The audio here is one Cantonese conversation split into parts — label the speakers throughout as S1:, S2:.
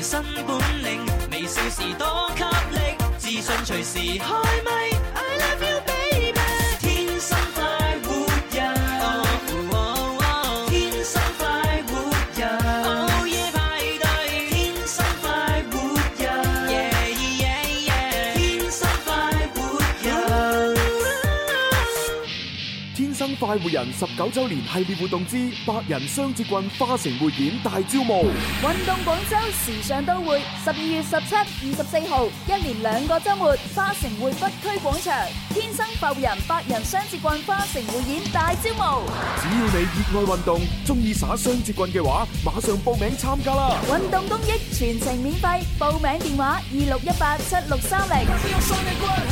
S1: 新本領，微笑時多給力，自信隨時開咪。I love you baby，天生快活人哦哦，天生快活人，Oh, 午夜派對，天生快活人，yeah yeah yeah，天生快活人。
S2: 天生快活人十九周年系列活動之百人雙節棍花城匯演大招募，
S3: 運動廣州時尚都會，十二月十七、二十四號，一連兩個周末，花城匯北區廣場，天生浮人百人雙節棍花城匯演大招募，
S2: 只要你熱愛運動，中意耍雙節棍嘅話，馬上報名參加啦！
S3: 運動公益全程免費，報名電話二六一八七六三零。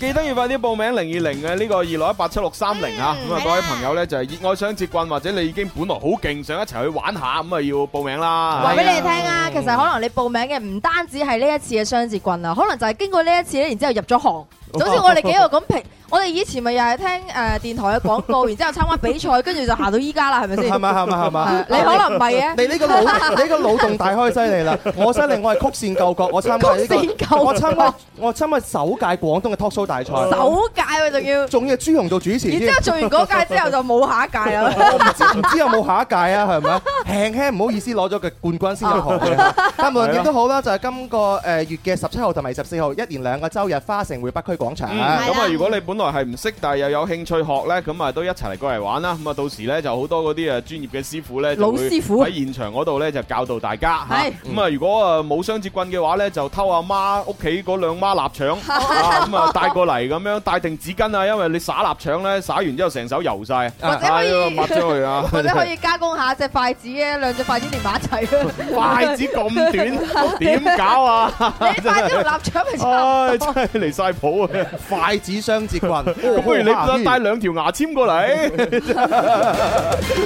S4: 記得要快啲報名零二零嘅呢個二六一八七六三零啊！
S5: 嗯
S4: 咁啊，各位朋友咧就係熱愛雙節棍，或者你已經本來好勁，想一齊去玩下，咁啊要報名啦！
S5: 話俾你聽啊，其實可能你報名嘅唔單止係呢一次嘅雙節棍啊，可能就係經過呢一次咧，然之後入咗行。就好似我哋幾個咁平，我哋以前咪又係聽誒電台嘅廣告，然之後參加比賽，跟住就行到依家啦，係咪先？
S6: 係咪係咪係咪？
S5: 你可能唔係嘅。
S6: 你呢個腦，你呢個腦洞大開犀利啦！我犀利，我係曲線救國，我參加
S5: 曲
S6: 呢
S5: 線
S6: 個，
S5: 救
S6: 我參加我參加首屆廣東嘅 talk show 大賽，
S5: 首屆佢仲 要，
S6: 仲要朱紅做主持
S5: 然
S6: 添
S5: 之。後做完嗰屆之後就冇下一屆啦。
S6: 我唔知唔知有冇下一屆啊，係咪？輕輕唔好意思攞咗個冠軍先入行 嘅。但無論點都好啦，就係今個誒月嘅十七號同埋十四號，一連兩個週日，花城匯北區廣
S5: 嗯
S6: 場。
S4: 咁啊，如果你本來係唔識，但係又有興趣學咧，咁啊都一齊嚟過嚟玩啦。咁啊，到時咧就好多嗰啲誒專業嘅師傅咧，就會
S5: 老師傅
S4: 喺現場嗰度咧就教導大家嚇
S5: 係
S4: 咁啊，如果啊冇雙節棍嘅話咧，就偷阿媽屋企嗰兩孖臘 腸啊咁啊帶過嚟咁樣，帶定紙巾啊，因為你撒臘腸咧，撒完之後成手油晒，
S5: 或者可以
S4: 啊抹咗佢啊。
S5: 或者可以加工下隻筷子嘅兩隻筷子連埋一齊啊！
S4: 筷子咁短，點搞啊？
S5: 你筷子同臘腸咪差
S4: 唉，
S5: 唔
S4: 真
S5: 多。
S4: 係離晒譜啊！
S6: 筷子雙節棍，
S4: 不如你
S6: 哦
S4: 帶兩條牙籤過嚟，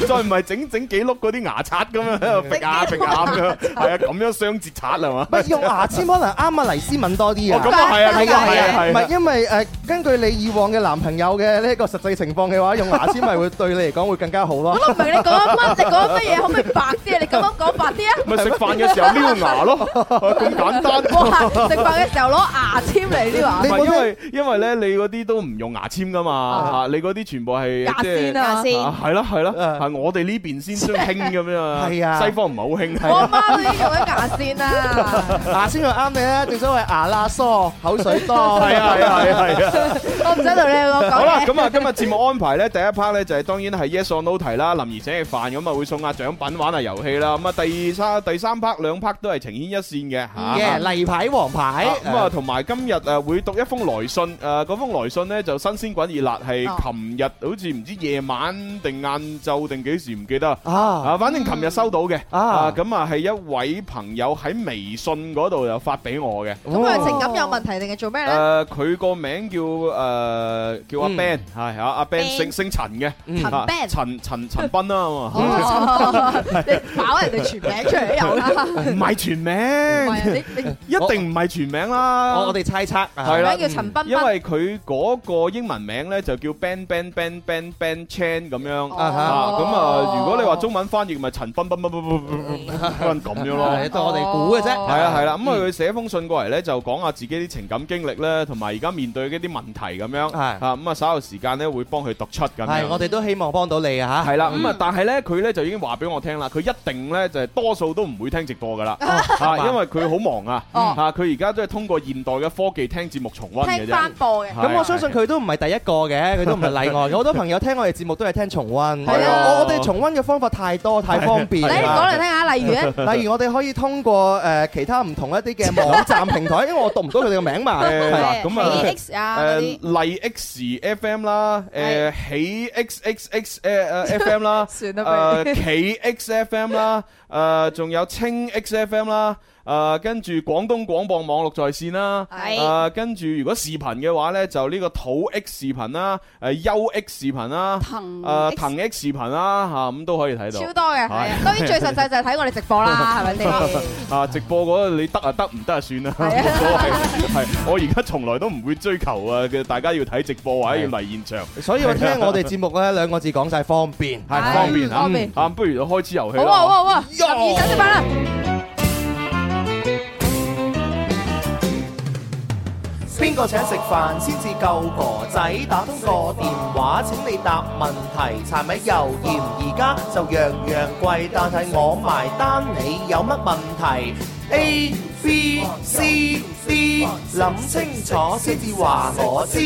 S4: 再唔係整整幾碌嗰啲牙刷咁樣，揈下揈下咁樣，係啊，咁樣雙節刷係嘛？
S6: 唔係用牙籤可能啱啊黎思敏多啲
S4: 哦
S6: 啊，。
S4: 咁啊係啊，咁啊係啊，
S6: 唔
S4: 係
S6: 係
S4: 啊。
S6: 因為誒，根據你以往嘅男朋友嘅呢一個實際情況嘅話，用牙籤咪會對你嚟講會更加好
S5: 我
S6: 咯。
S5: 都唔明你講緊乜，你講緊乜嘢？可唔可以白啲啊？你咁樣講白啲啊！
S4: 咪食飯嘅時候撩牙咯，哦咁簡單。
S5: 哇！食飯嘅時候攞牙籤嚟呢
S4: 唔
S5: 話，
S4: 係因為因為咧，你嗰啲都唔用牙籤噶嘛，嚇你嗰啲全部係
S5: 牙
S4: 即係
S5: 線啊！
S7: 先
S4: 啊係啦係啦，
S6: 啊
S4: 係我哋呢邊先興咁樣啊，
S6: 係啊
S4: 西方唔係好興。
S5: 我阿媽都已經用緊牙線啦，
S6: 牙籤就啱你啦，正所謂牙罅疏，口水多。
S4: 係啊 係啊係啊係啊。
S5: 我唔使同你兩個
S4: 好啦，
S5: 講嘢。
S4: 咁啊，今日節目安排咧，第一 part 咧就係當然係 Yes or No 題啦，林兒請嘅飯咁啊，會送下獎品玩下遊戲啦。咁啊，第三第三 part 兩 part 都係情牽一線嘅嚇。
S6: 嘅例牌黃牌
S4: 咁啊，同埋今日誒會讀一封來信，誒嗰封來信咧就新鮮滾熱辣，係琴日好似唔知夜晚定晏晝定幾時唔記得啊。
S6: 啊
S4: 啊，反正琴日收到嘅
S6: 啊
S4: 啊，咁啊係一位朋友喺微信嗰度就發俾我嘅。
S5: 咁
S6: Ờ.
S5: 佢係情感有問題定係做咩咧？
S4: 誒，佢個名叫誒叫阿
S6: 嗯
S4: Ben，係啊，阿 Ben
S7: Ben
S4: 姓姓陳嘅，
S6: 嗯
S4: 啊
S7: Ben
S4: 陳陳陳斌啦啊嘛，
S5: 哦 你搞人哋全名出嚟又啦，
S4: 唔係全
S5: 唔
S4: 名，
S5: 係啊你你
S4: 一定唔係全名啦。
S6: 我我哋猜測
S4: 係啦
S5: 名叫陳彬
S4: 因
S5: 彬，
S4: 為佢嗰個英文名咧就叫 Ben Ben Ben Ben Ben Chan 咁樣
S5: 哦
S4: 啊，咁啊，如果你話中文翻譯咪陳斌斌斌斌斌斌斌咁樣咯。
S6: 嗯係都嗯我哋估嘅啫。
S4: 係啊係啦，
S6: Ừ.
S4: 咁啊佢寫封信過嚟咧，就講下自己啲情感經歷咧，同埋而家面對嘅啲問題咁樣，
S6: 係
S4: 啊咁啊稍後時間咧會幫佢讀出咁
S6: 係，我
S4: 樣。
S6: 哋都希望幫到你啊嚇。
S4: 係啦，咁啊，但係咧，佢咧就已經話俾我聽啦，佢一定咧就係多數都唔會聽直播噶啦，
S6: Ờ,
S4: 啊，因為佢好忙啊，
S5: 哦
S4: 啊，佢而家都係通過現代嘅科技聽節目重温嘅
S5: 聽
S4: 啫啊
S5: 翻。播嘅。
S6: 咁我相信佢都唔係第一個嘅，佢都唔係例外嘅。好多朋友聽我哋節目都係聽重温。
S5: 係啊
S6: 我我哋重温嘅方法太多太方便
S5: 你
S6: 啦。
S5: 講嚟聽下，例如 咧，
S6: 例如我哋可以通過誒其他唔同一啲嘅網站平台，因為我讀唔到佢哋嘅名嘛。
S4: 誒
S6: 係
S4: 嗱咁啊。
S7: X
S5: à,
S7: 啊
S4: Ờ,
S7: 嗰啲，
S4: 誒麗 X FM 啦，誒起 XXX 誒誒 FM 啦，
S5: 算啦
S4: 啊誒企 XFM 啦，誒仲有清 XFM 啦，誒跟住廣東廣播網絡在線啦。
S5: 係
S4: 誒跟住如果視頻嘅話呢，就呢個土 X 視頻啦，誒優 X 視頻啦，
S8: 騰
S4: 誒騰 X 視頻啦，嚇啊咁都可以睇到。
S5: 超多嘅，係啊，當然最實際就係睇我哋直播啦，係咪先？
S4: 啊，直播嗰個你得啊得，唔得啊算啦，
S5: 係啊
S4: 冇所謂。係我而家從來都唔會追求啊，嘅大家要睇直播或者要嚟現場。
S6: 所以我聽我哋節目咧兩個字講晒方便，
S4: 係
S5: 係
S4: 方便啊
S5: 方便
S4: 啊，不如就開始遊戲
S5: 好
S4: 啦。
S5: 啊好啊好啊，十二點食飯啦，
S2: 邊個請食飯先至夠婆仔？打通個電話請你答問題，柴米油鹽而家就樣樣貴，但係我埋單。你有乜問題？A B C D，諗清楚先至話我知。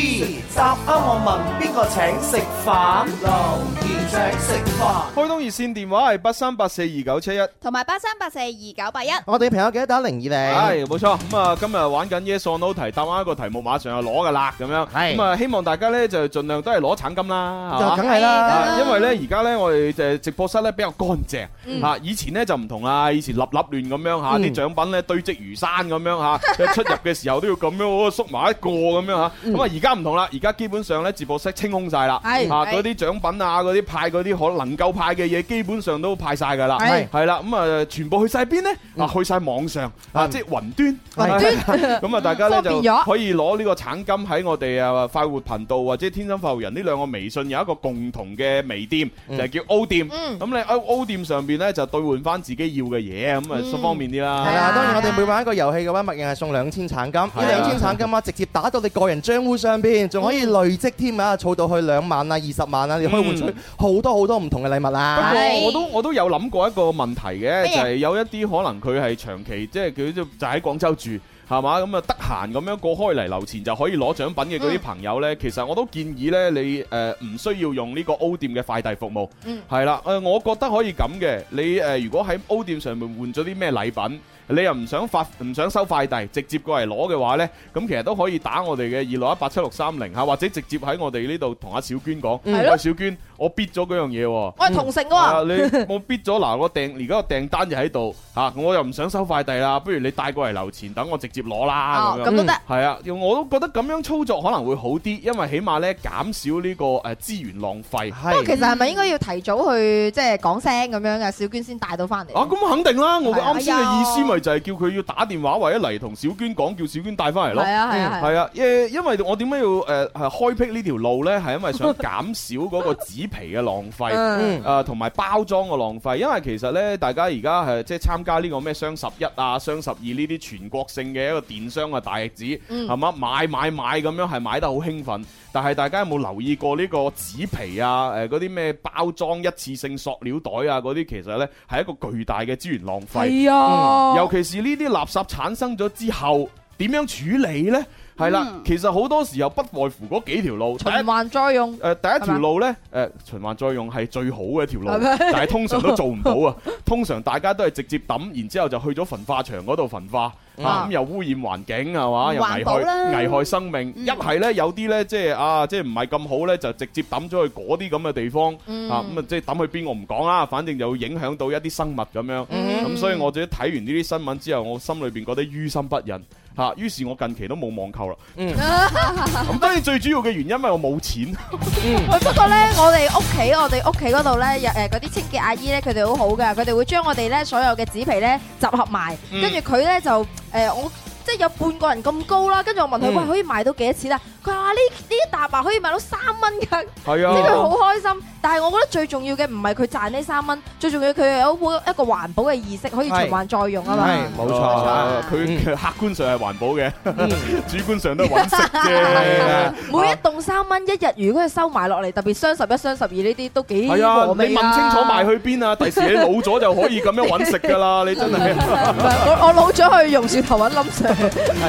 S2: 答啱我問邊個請食飯？留言請食飯。
S4: 開通熱線電話係八三八四二九七一，
S8: 同埋八三八四二九八一，
S6: 我哋嘅朋友記得打零二零。
S4: 係冇錯。咁啊，今日玩緊 Yes or No 題，答啱一個題目馬上就攞噶啦，咁樣。
S6: 係
S4: 咁啊，希望大家咧就盡量都係攞橙金啦，
S6: 就
S4: 係嘛
S6: 梗係啦，
S4: 啊因為咧而家咧我哋誒直播室咧比較乾淨嚇，以前咧就唔同啦，以前立立亂咁樣嚇，
S6: 嗯
S4: 啲獎品咧堆積如山咁樣嚇，一出入嘅時候都要咁樣哦縮埋一個咁樣嚇。咁啊而家唔同啦，而家基本上咧直播室清空晒啦，
S5: 係
S4: 嚇
S5: 係
S4: 嗰啲獎品啊，嗰啲派嗰啲可能夠派嘅嘢，基本上都派晒㗎啦，
S5: 係
S4: 係啦，咁啊全部去晒邊咧？啊去晒網上啊，
S6: 嗯
S4: 即係雲端。
S6: 雲
S4: 咁啊，大家咧
S5: 方便
S4: 就
S5: 咗
S4: 可以攞呢個橙金喺我哋啊快活頻道或者天生快活人呢兩個微信有一個共同嘅微店，就
S6: 嗯
S4: 係叫 O 店。
S5: 嗯
S4: 咁你喺 O 店上邊咧就兑換翻自己要嘅嘢，咁啊方便啲
S6: 係
S4: 啦。
S5: 係啊
S6: 啦，當然我哋每玩一個遊戲嘅話，默認係送兩千橙金，呢
S4: 啊
S6: 兩千橙金啊，直接打到你個人帳户上邊，仲可以累積添啊，儲到去兩萬啊、二十萬啊，你可以換取
S4: 嗯
S6: 好多好多唔同嘅禮物
S4: 不
S6: 啦。
S4: 過
S8: 係
S4: 我都我都有諗過一個問題嘅，
S8: 咩
S4: 就係有一啲可能佢係長期即係佢就就喺廣州住。係嘛咁啊？得閒咁樣過開嚟樓前就可以攞獎品嘅嗰啲朋友呢，其實我都建議呢，你誒唔、需要用呢個 O 店嘅快遞服務，係啦、誒我覺得可以咁嘅，你誒、如果喺 O 店上面換咗啲咩禮品，你又唔想發唔想收快遞，直接過嚟攞嘅話呢，咁其實都可以打我哋嘅二六一八七六三零嚇，或者直接喺我哋呢度同阿小娟講，
S5: 嗯
S4: 喂小娟，我必咗嗰樣嘢喎。
S5: 我係同城嘅
S4: 啊！
S5: 喎，
S4: 你我逼咗嗱，我訂而家個訂單就喺度嚇，我又唔想收快遞啦，不如你帶過嚟樓前等我直接攞啦
S5: 哦
S4: 咁
S5: 咁
S4: 樣。
S5: 都得，
S4: 係啊，我都覺得咁樣操作可能會好啲，因為起碼咧減少呢個誒資源浪費。
S5: 不過
S6: 係
S5: 其實係咪應該要提早去即係講聲咁樣嘅，小娟先帶到翻
S4: 啊，
S5: 嚟？
S4: 咁肯定啦！我
S5: 係啊
S4: 啱先嘅意思咪就係叫佢要打電話或者嚟同小娟講，叫小娟帶翻嚟咯
S5: 係。啊係啊係啊，
S4: 係啊，誒，因為我點解要誒係開闢呢條路咧？係因為想減少嗰個紙皮嘅浪費。啊
S5: 嗯，
S6: 嗯，
S4: 誒同埋包裝嘅浪費，因為其實呢，大家而家係即係參加呢個咩雙十一啊、雙十二呢啲全國性嘅一個電商嘅大日子，
S5: 嗯
S4: 係嘛、買買買咁樣係買得好興奮，但係大家有冇留意過呢個紙皮啊、誒嗰啲咩包裝一次性塑料袋啊嗰啲，其實呢係一個巨大嘅資源浪費。
S5: 係啊，
S4: 尤其是呢啲垃圾產生咗之後，點樣處理呢？係啦，
S8: 嗯
S4: 其實好多時候不外乎嗰幾條路。第
S5: 循
S4: 一
S5: 哦啊環嗯 再用，
S4: 誒、第一條路呢，誒、循環再用係最好嘅一條路
S5: 係，咩
S4: 但係通常都做唔到啊！通常大家都係直接抌，然之後就去咗焚化場嗰度焚化，
S6: 嗯
S4: 啊咁、又污染環境係嘛，又危
S8: 環保啦
S4: 害危害生命。一係呢，有啲呢，即係啊，即係唔係咁好呢，就直接抌咗去嗰啲咁嘅地方、
S5: 嗯
S4: 啊，咁啊即係抌去邊我唔講啦，反正就會影響到一啲生物咁樣。
S5: 嗯
S4: 咁、所以我自己睇完呢啲新聞之後，我心裏邊覺得於心不忍。嚇！於是我近期都冇網購啦。
S6: 嗯
S4: 咁當然最主要嘅原因，因為我冇錢。
S5: 喂，不過咧，我哋屋企我哋屋企嗰度咧，有誒嗰啲清潔阿姨咧，佢哋好好噶，佢哋會將我哋咧所有嘅紙皮咧集合埋，
S4: 嗯
S5: 跟住佢咧就誒、我。即係有半個人咁高啦，跟住我問佢：
S6: 嗯
S5: 喂，可以賣到幾多錢啊？佢話：呢呢一沓啊，可以賣到三蚊㗎，
S4: 係
S5: 即係佢
S4: 啊。
S5: 好開心。但係我覺得最重要嘅唔係佢賺呢三蚊，最重要佢有一個環保嘅意識，可以循環再用啊嘛。
S6: 係冇錯啦。
S4: 啊佢佢客觀上係環保嘅， 主觀上都係揾食
S5: 係
S4: 啫
S5: 啊。每一棟三蚊一日，如果佢收埋落嚟，特別雙十一、雙十二呢啲都幾
S4: 係啊
S5: 和，味
S4: 你問清楚賣去邊啊？第時你老咗就可以咁樣揾食㗎啦，你真係。
S5: 我我老咗去榕樹頭揾林 Sir，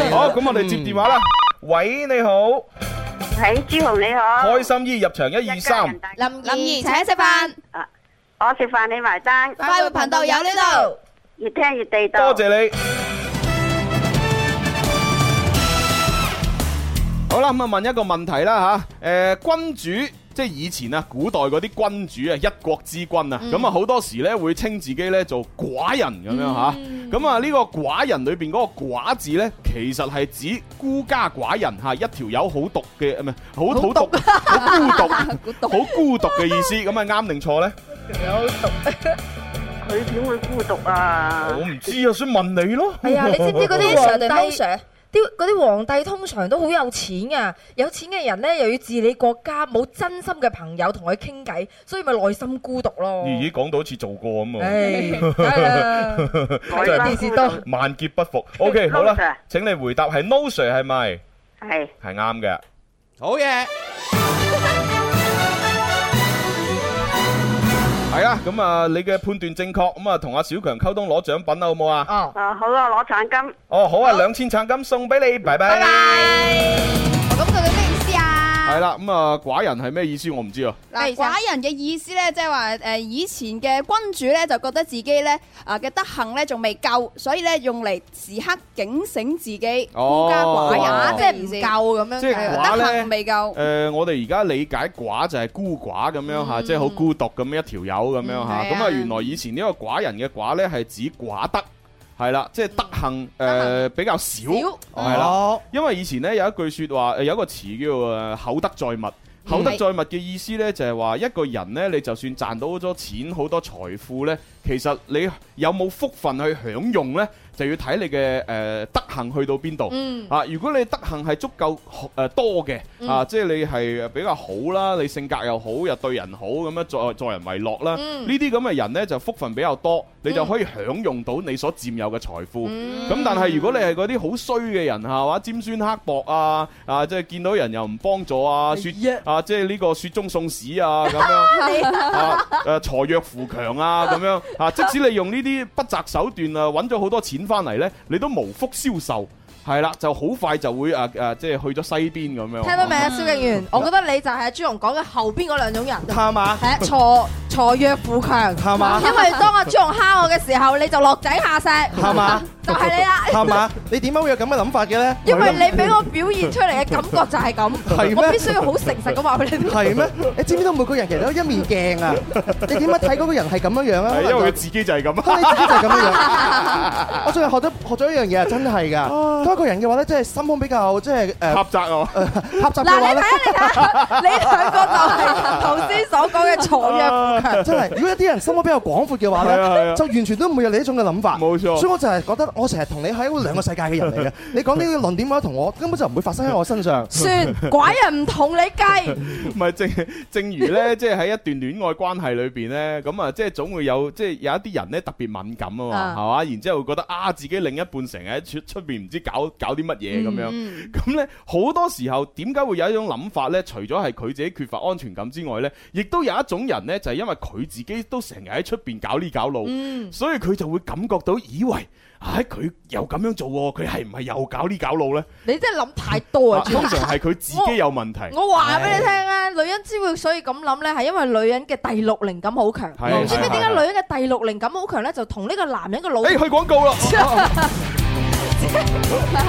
S4: 好，咁我哋接電話啦。喂，你好，
S9: 喺朱紅你好，
S4: 開心姨入場一二
S9: 一家
S4: 三
S9: 人。大
S5: 林
S8: 林怡請食飯，
S9: 我食飯你埋單，
S8: 快活頻道有呢度。
S9: 越聽越地道。
S4: 多謝你。好啦，咁啊問一個問題啦吓，誒、君主即係以前啊，古代嗰啲君主啊，一國之君啊，
S10: 嗯
S4: 咁啊好多時咧會稱自己咧做寡人咁樣吓。
S10: 嗯
S4: 咁啊呢個寡人裏邊嗰個寡字咧，其實係指孤家寡人嚇，一條友好獨嘅，唔係好好獨、 好孤獨、好孤獨嘅意思。咁啊啱定錯咧？
S9: 佢點會孤獨啊？
S4: 我唔知啊，想問你咯。
S10: 係啊，你知唔知嗰啲
S5: 上
S10: 皇
S5: 對高
S10: 帝？
S5: 上，
S10: 啲嗰啲皇帝通常都好有錢噶，有錢嘅人咧又要治理國家，冇真心嘅朋友同佢傾偈，所以咪內心孤獨咯。
S4: 咦咦，講到好似做過咁 啊！
S10: 唉，梗係啦， 睇
S9: 真
S10: 咗
S9: 係
S10: 電視多。
S4: 萬劫不復。OK，好啦
S9: No, sir，
S4: 請你回答係 no sir 係咪？
S9: 係
S4: 係啊啱嘅。
S6: 好嘢，
S4: 係啊，咁啊，你嘅判斷正確，咁啊，同阿小強溝通攞獎品啦，好唔好啊？
S10: 哦，
S9: 啊，好啦，攞獎金。
S4: 哦，好啊，兩千橙金送俾你，拜拜。
S5: 咁佢嘅咩意思啊？
S4: 係啦，咁啊，寡人係咩意思？我唔知啊。
S10: 咩意
S5: 嗱，
S10: 思啊
S5: 寡人嘅意思咧，即係話誒以前嘅君主咧，就覺得自己咧啊嘅德行咧仲未夠，所以咧用嚟時刻警醒自己孤家
S4: 哦
S5: 寡人，
S10: 寡啊即係唔
S5: 係
S10: 夠咁樣
S4: 即係
S10: 計啊。
S4: 寡
S5: 德
S4: 呢
S5: 行未夠
S4: 誒、。我哋而家理解寡就係孤寡咁樣嚇，即係好孤獨咁樣一條友咁樣嚇。
S5: 嗯係啊
S4: 咁啊，原來以前呢個寡人嘅寡呢係指寡德，係啦，即係德行誒、比較少，係啦。
S6: 好，
S4: 因為以前呢有一句説話，誒呃有一個詞叫誒厚德載物。
S10: 嗯
S4: 厚德載物嘅意思呢，就係話一個人呢，你就算賺到好多錢、好多財富呢，其實你有冇福分去享用呢，就要睇你嘅誒德行去到邊度。
S10: 嗯，
S4: 啊！如果你德行係足夠誒多嘅，啊，即係你係比較好啦，你性格又好，又對人好，咁樣助助人為樂啦。
S10: 嗯
S4: 呢啲咁嘅人呢，就福分比較多，你就可以享用到你所佔有嘅財富。
S10: 嗯
S4: 咁但係如果你係嗰啲好衰嘅人係嘛，尖酸刻薄啊，啊即係見到人又唔幫助啊，雪啊即係呢個雪中送屎啊咁樣啊誒財弱扶強啊咁樣啊，即使你用呢啲不擇手段啊揾咗好多錢翻嚟呢，你都無福消受。係啦，就好快就會啊啊，即係去咗西邊咁樣。
S10: 聽到未啊，蕭敬元？我覺得你就係朱紅講嘅後邊嗰兩種人。
S6: 探嘛，
S10: 係啊挫挫弱扶強，
S6: 係嘛
S10: 因為當阿朱紅蝦我嘅時候，你就落井下石，
S6: 係嘛，
S10: 就係你啦。
S6: 探嘛，你點解會有咁嘅諗法嘅咧？
S10: 因為你俾我表現出嚟嘅感覺就係
S6: 係咩
S10: 咁，我必須要好誠實咁話俾你聽。
S6: 係咩？你知唔知道每個人其實都有一面鏡啊？你點解睇嗰個人係咁樣樣啊？
S4: 係因為佢
S6: 可能就
S4: 自己就係咁 啊。
S6: 當你自己就係咁樣樣。我最近學咗學咗一樣嘢，係真係㗎。當一個人嘅話咧，即係心胸比較即 係誒
S4: 狹窄啊！
S6: 狹窄
S10: 嗱，
S6: 嘅
S10: 你
S6: 話
S10: 睇
S6: 咧，
S10: 下，你睇下，你兩個就係頭先所講嘅挫弱
S4: 啊
S10: 扶強。
S6: 真係。如果一啲人心胸比較廣闊嘅話
S4: 係啊係
S6: 咧
S4: 啊，
S6: 就完全都唔會有你呢種嘅諗法。
S4: 冇錯
S6: 所以我就係覺得，我成日同你喺兩個世界嘅 人嚟嘅。你講呢個論點嘅話，同我根本就唔會發生喺我身上。
S10: 算，寡人唔同你計，
S4: 唔 係啊正正如 咧，即係喺一段戀愛關係裏邊咧，咁啊，即係總會有即係有一啲人咧特別敏感啊嘛，
S10: 啊
S4: 係嘛？然之後會覺得啊，自己另一半成日喺出出邊唔知搞搞啲乜嘢咁
S10: 嗯
S4: 樣，咁咧好多時候點解會有一種諗法咧？除咗係佢自己缺乏安全感之外咧，亦都有一種人咧，就係因為佢自己都成日喺出邊搞呢搞路，
S10: 嗯
S4: 所以佢就會感覺到以為。唉，佢又咁樣做喎，佢係唔係又搞呢搞路呢？
S10: 你真係諗太多
S4: 啊
S10: 啊！
S4: 通常係佢自己有問題。
S10: 我話俾你聽啊，女人之會所以咁諗咧，係因為女人嘅第六靈感好強。
S4: 係
S10: 唔知唔知
S4: 係啊哎
S10: 點解
S4: 係
S10: 女人嘅第六靈感好強咧，就同呢個男人嘅腦
S4: 誒，去廣 告啦！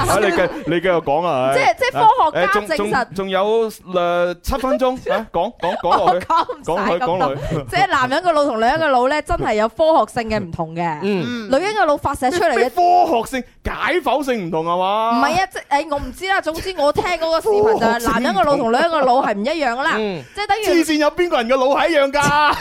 S4: 啊，你繼你繼續講啊！
S10: 即係
S4: 唉
S10: 即係科學
S4: 誒
S10: 家
S4: 仲
S10: 證
S4: 仲
S10: 實
S4: 仲有誒七分 鐘，啊講講講落去，
S10: 講唔
S4: 講落
S10: 晒
S4: 去，講
S10: 咁
S4: 落
S10: 多
S4: 去。。
S10: 即係男人嘅腦同女人嘅腦咧，真係有科學性嘅唔同嘅。
S6: 嗯
S10: 女人嘅腦發射出嚟嘅。
S4: 科學性、解剖性唔同係
S10: 唔
S4: 嘛？
S10: 係啊，即誒我唔知啦。總之我聽嗰個視頻
S4: 哦
S10: 就係男人嘅腦同女人嘅腦係唔一樣啦，
S6: 嗯
S10: 即係等
S4: 黐
S10: 於
S4: 線，有邊個人嘅腦係一樣㗎？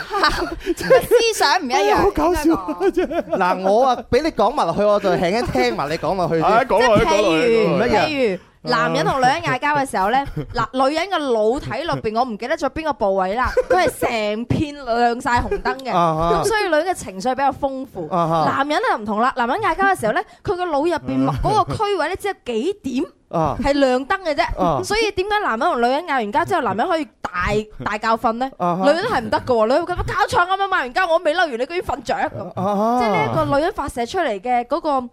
S5: 思想唔一樣，好搞笑。
S6: 嗱，我啊俾你講埋落去，我就輕輕聽埋你講落去先。
S4: 唉，講落去，講落去。
S10: 譬
S4: 講
S10: 如
S4: 落去
S10: 譬如男人同女人嗌交嘅時候咧，嗱女人嘅腦體裏邊，我唔記得咗邊個部位 啦，佢係成片亮晒紅燈嘅，
S6: 啊哈
S10: 咁所以女人嘅情緒比較豐富。
S6: 啊哈
S10: 男人就唔同啦，男人嗌交嘅時候咧，佢個腦入
S6: 嗯
S10: 邊 嗰個區位咧只有幾點。
S6: 啊
S10: 係亮燈嘅
S6: 啊
S10: 啫，所以點解男人同女人嗌完交之後，男人可以大大覺瞓咧？
S6: 啊哈
S10: 女人係唔得嘅喎，女人會覺得搞錯，啱啱嗌完交，我未嬲完，你居然瞓着咁。
S6: 啊！
S10: 即係呢一個女人發射出嚟嘅嗰個
S6: 啊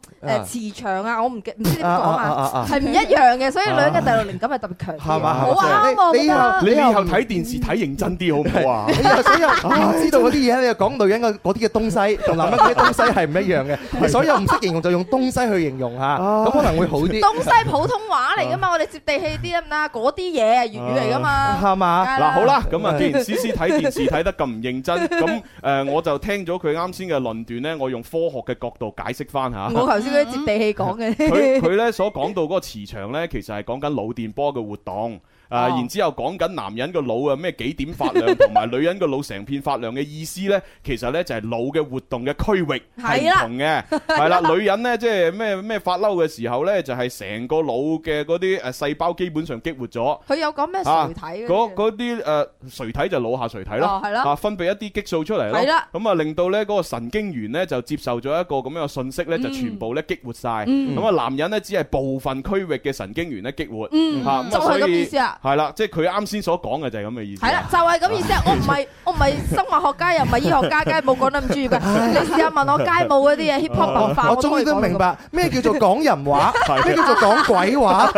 S10: 誒磁場啊，我唔記唔知點講
S6: 啊啊啊啊啊
S10: 啊，係唔一樣嘅，所以女人嘅第六靈感係特別強
S6: 係
S10: 嘅。
S6: 嘛？
S10: 好
S6: 係
S10: 啱
S6: 嘛
S10: 我
S6: 你
S10: 覺得。
S4: 你以後睇電視睇認真啲好唔好啊？
S6: 你又死又唔知道嗰啲嘢，你又講女人嘅嗰啲嘅東西同男人嗰啲東西係唔一樣嘅，所有唔識形容就用東西去形容嚇，咁可能會好啲。
S10: 東西普通話嚟噶嘛，我哋接地氣啲得唔得啊？嗰啲嘢係粵語嚟噶嘛。
S6: 係嘛？
S10: 梗係
S4: 嗱
S10: 啦
S4: 好啦，咁啊，
S6: 嗯
S4: 既然思思睇電視睇得咁唔 認真，咁誒我就聽咗佢啱先嘅論斷呢，我用科學嘅角度解釋翻嚇。
S10: 我頭先嗰啲接地氣講
S4: 啊 佢
S10: 嘅，
S4: 佢咧所講到嗰個磁場呢，其實係講緊腦電波嘅活動。啊，
S10: 哦
S4: 然之後講緊男人個腦啊咩幾點發亮，同埋女人個腦成片發亮嘅意思呢，其實呢就係腦嘅活動嘅區域係
S10: 係
S4: 唔
S10: 啦
S4: 同 嘅，係啦，女人呢，即係咩咩發嬲嘅時候呢，就係成個腦嘅嗰啲誒細胞基本上激活咗。
S10: 佢有講咩
S4: 啊
S10: 垂體嘅
S4: 嗰嗰啲誒垂體就腦下垂體咯
S10: 哦，係咯
S4: 啊分泌一啲激素出嚟咯
S10: 係啦，
S4: 咁啊令到咧嗰個神經元咧就接受咗一個咁樣嘅信息咧，
S10: 嗯
S4: 就全部咧激活晒。咁啊男人咧只係部分區域嘅神經元咧激活，嚇
S10: 嗯就係咁意思啊
S4: 係啦，即係佢啱先所講嘅就係咁嘅意思
S10: 係
S4: 啊。
S10: 啦，就係咁意思啊！我唔係我唔係生物學家，又唔係醫學家，梗係冇講得咁專業嘅。你試下問我街舞嗰啲嘢 hip hop 文化，
S6: 我終於都
S10: 可以講到
S6: 明白咩叫做講人話，咩叫做講鬼話。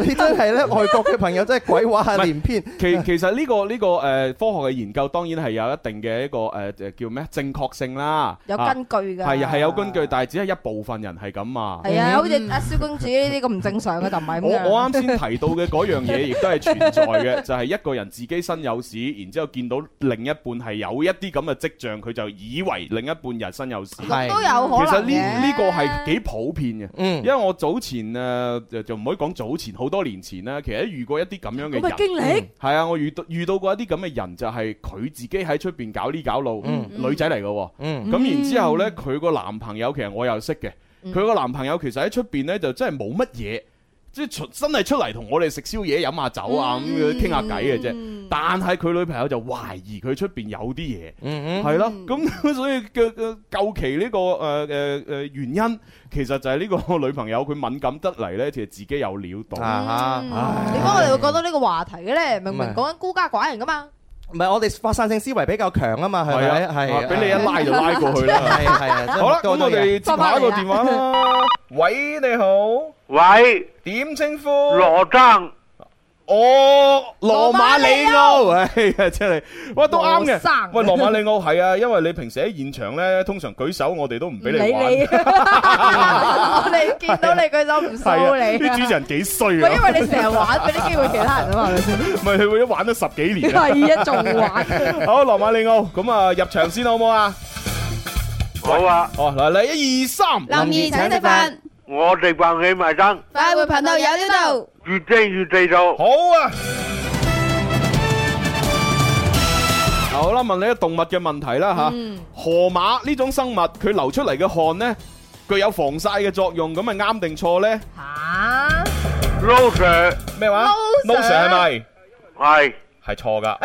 S6: 你真係咧，外國嘅朋友真係鬼話係連篇。
S4: 其其實呢、個呢、個誒、科學嘅研究當然係有一定嘅一個誒、誒叫咩正確性啦，
S10: 有
S4: 啊
S10: 根據㗎。
S4: 係係有根據，但係只係一部分人係咁啊。
S10: 係啊，好似阿蕭公子呢啲咁唔正常嘅就唔係咁
S4: 我
S10: 樣。
S4: 我啱先提到嘅嗰樣嘢，亦都係存在嘅，就係一個人自己身有事，然之後見到另一半係有一啲咁嘅跡象，佢就以為另一半人身有事。其
S6: 係
S10: 都有可能
S4: 實呢
S10: 嘅
S4: 呢個係幾普遍嘅，因
S6: 嗯，
S4: 為我早前誒就就唔可以講早前，好多年前啦，其實遇過一啲咁樣嘅
S10: 咁嘅
S4: 人。
S10: 經歷。
S4: 係啊，我遇到遇到過一啲咁嘅人，就係佢自己喺出邊搞呢搞路，女仔嚟嘅喎。
S6: 嗯
S4: 咁然之後呢，佢個男朋友其實我又識嘅，佢個男朋友其實喺出邊呢，就真係冇乜嘢，即係出真係出嚟同我哋食宵夜、飲下酒啊咁
S6: 嗯
S4: 樣傾下偈嘅啫。但係佢女朋友就懷疑佢出邊有啲嘢，
S6: 嗯
S4: 係咯。咁 所以嘅嘅究其呢個誒誒誒原因，其實就係呢個女朋友佢敏感得嚟呢，其實自己有料
S6: 嗯
S4: 到。
S6: 啊
S10: 嗯
S6: 哈。
S10: 點解我哋會講到呢個話題嘅咧？明
S6: 唔
S10: 明
S6: 係
S10: 講緊孤家寡人噶嘛，
S6: 唔係我哋發散性思維比較強啊嘛，係
S4: 係
S6: 咪？
S4: 啊，
S6: 係
S4: 啊俾你一拉就拉過去啦。
S6: 係係 啊，真係
S4: 好 啦，咁
S6: 多
S4: 我
S6: 多嘢
S4: 哋接下一個電話啦。喂，你好，
S9: 喂，
S4: 點稱呼？
S9: 羅章，
S4: 哦，羅馬里奧，哎呀，真係，喂，都啱
S10: 羅
S4: 嘅
S10: 生。
S4: 喂，羅馬里奧係啊，因為你平時喺現場咧，通常舉手，我哋都唔
S10: 唔
S4: 俾
S10: 理
S4: 你玩。
S10: 你，我哋見到你舉 手唔
S4: 係啊
S10: 騷
S4: 啲
S10: 你
S4: 主持
S10: 啊。
S4: 人幾衰
S10: 喂，因
S4: 啊！
S10: 為你 成日玩，俾啲機會其他人啊嘛，係咪先？
S4: 咪佢會玩咗十幾年啊！
S10: 係啊，仲玩。
S4: 好，羅馬里奧，咁啊入場先好唔好啊？
S9: 好啊，
S4: 哦，嗱嚟一二三，
S5: 林怡請食飯，
S9: 我哋運起埋身，
S5: 快活頻道有料到。
S9: 越精越地道。
S4: 好啊！好啦，問你一個動物嘅問題啦吓，河馬呢種生物佢流出嚟嘅汗呢，具有防曬嘅作用，咁係啱定錯呢？
S10: 嚇！
S9: Low Sir，
S4: 咩話
S10: 撈上
S4: 係咪？
S9: 係
S4: 係錯噶。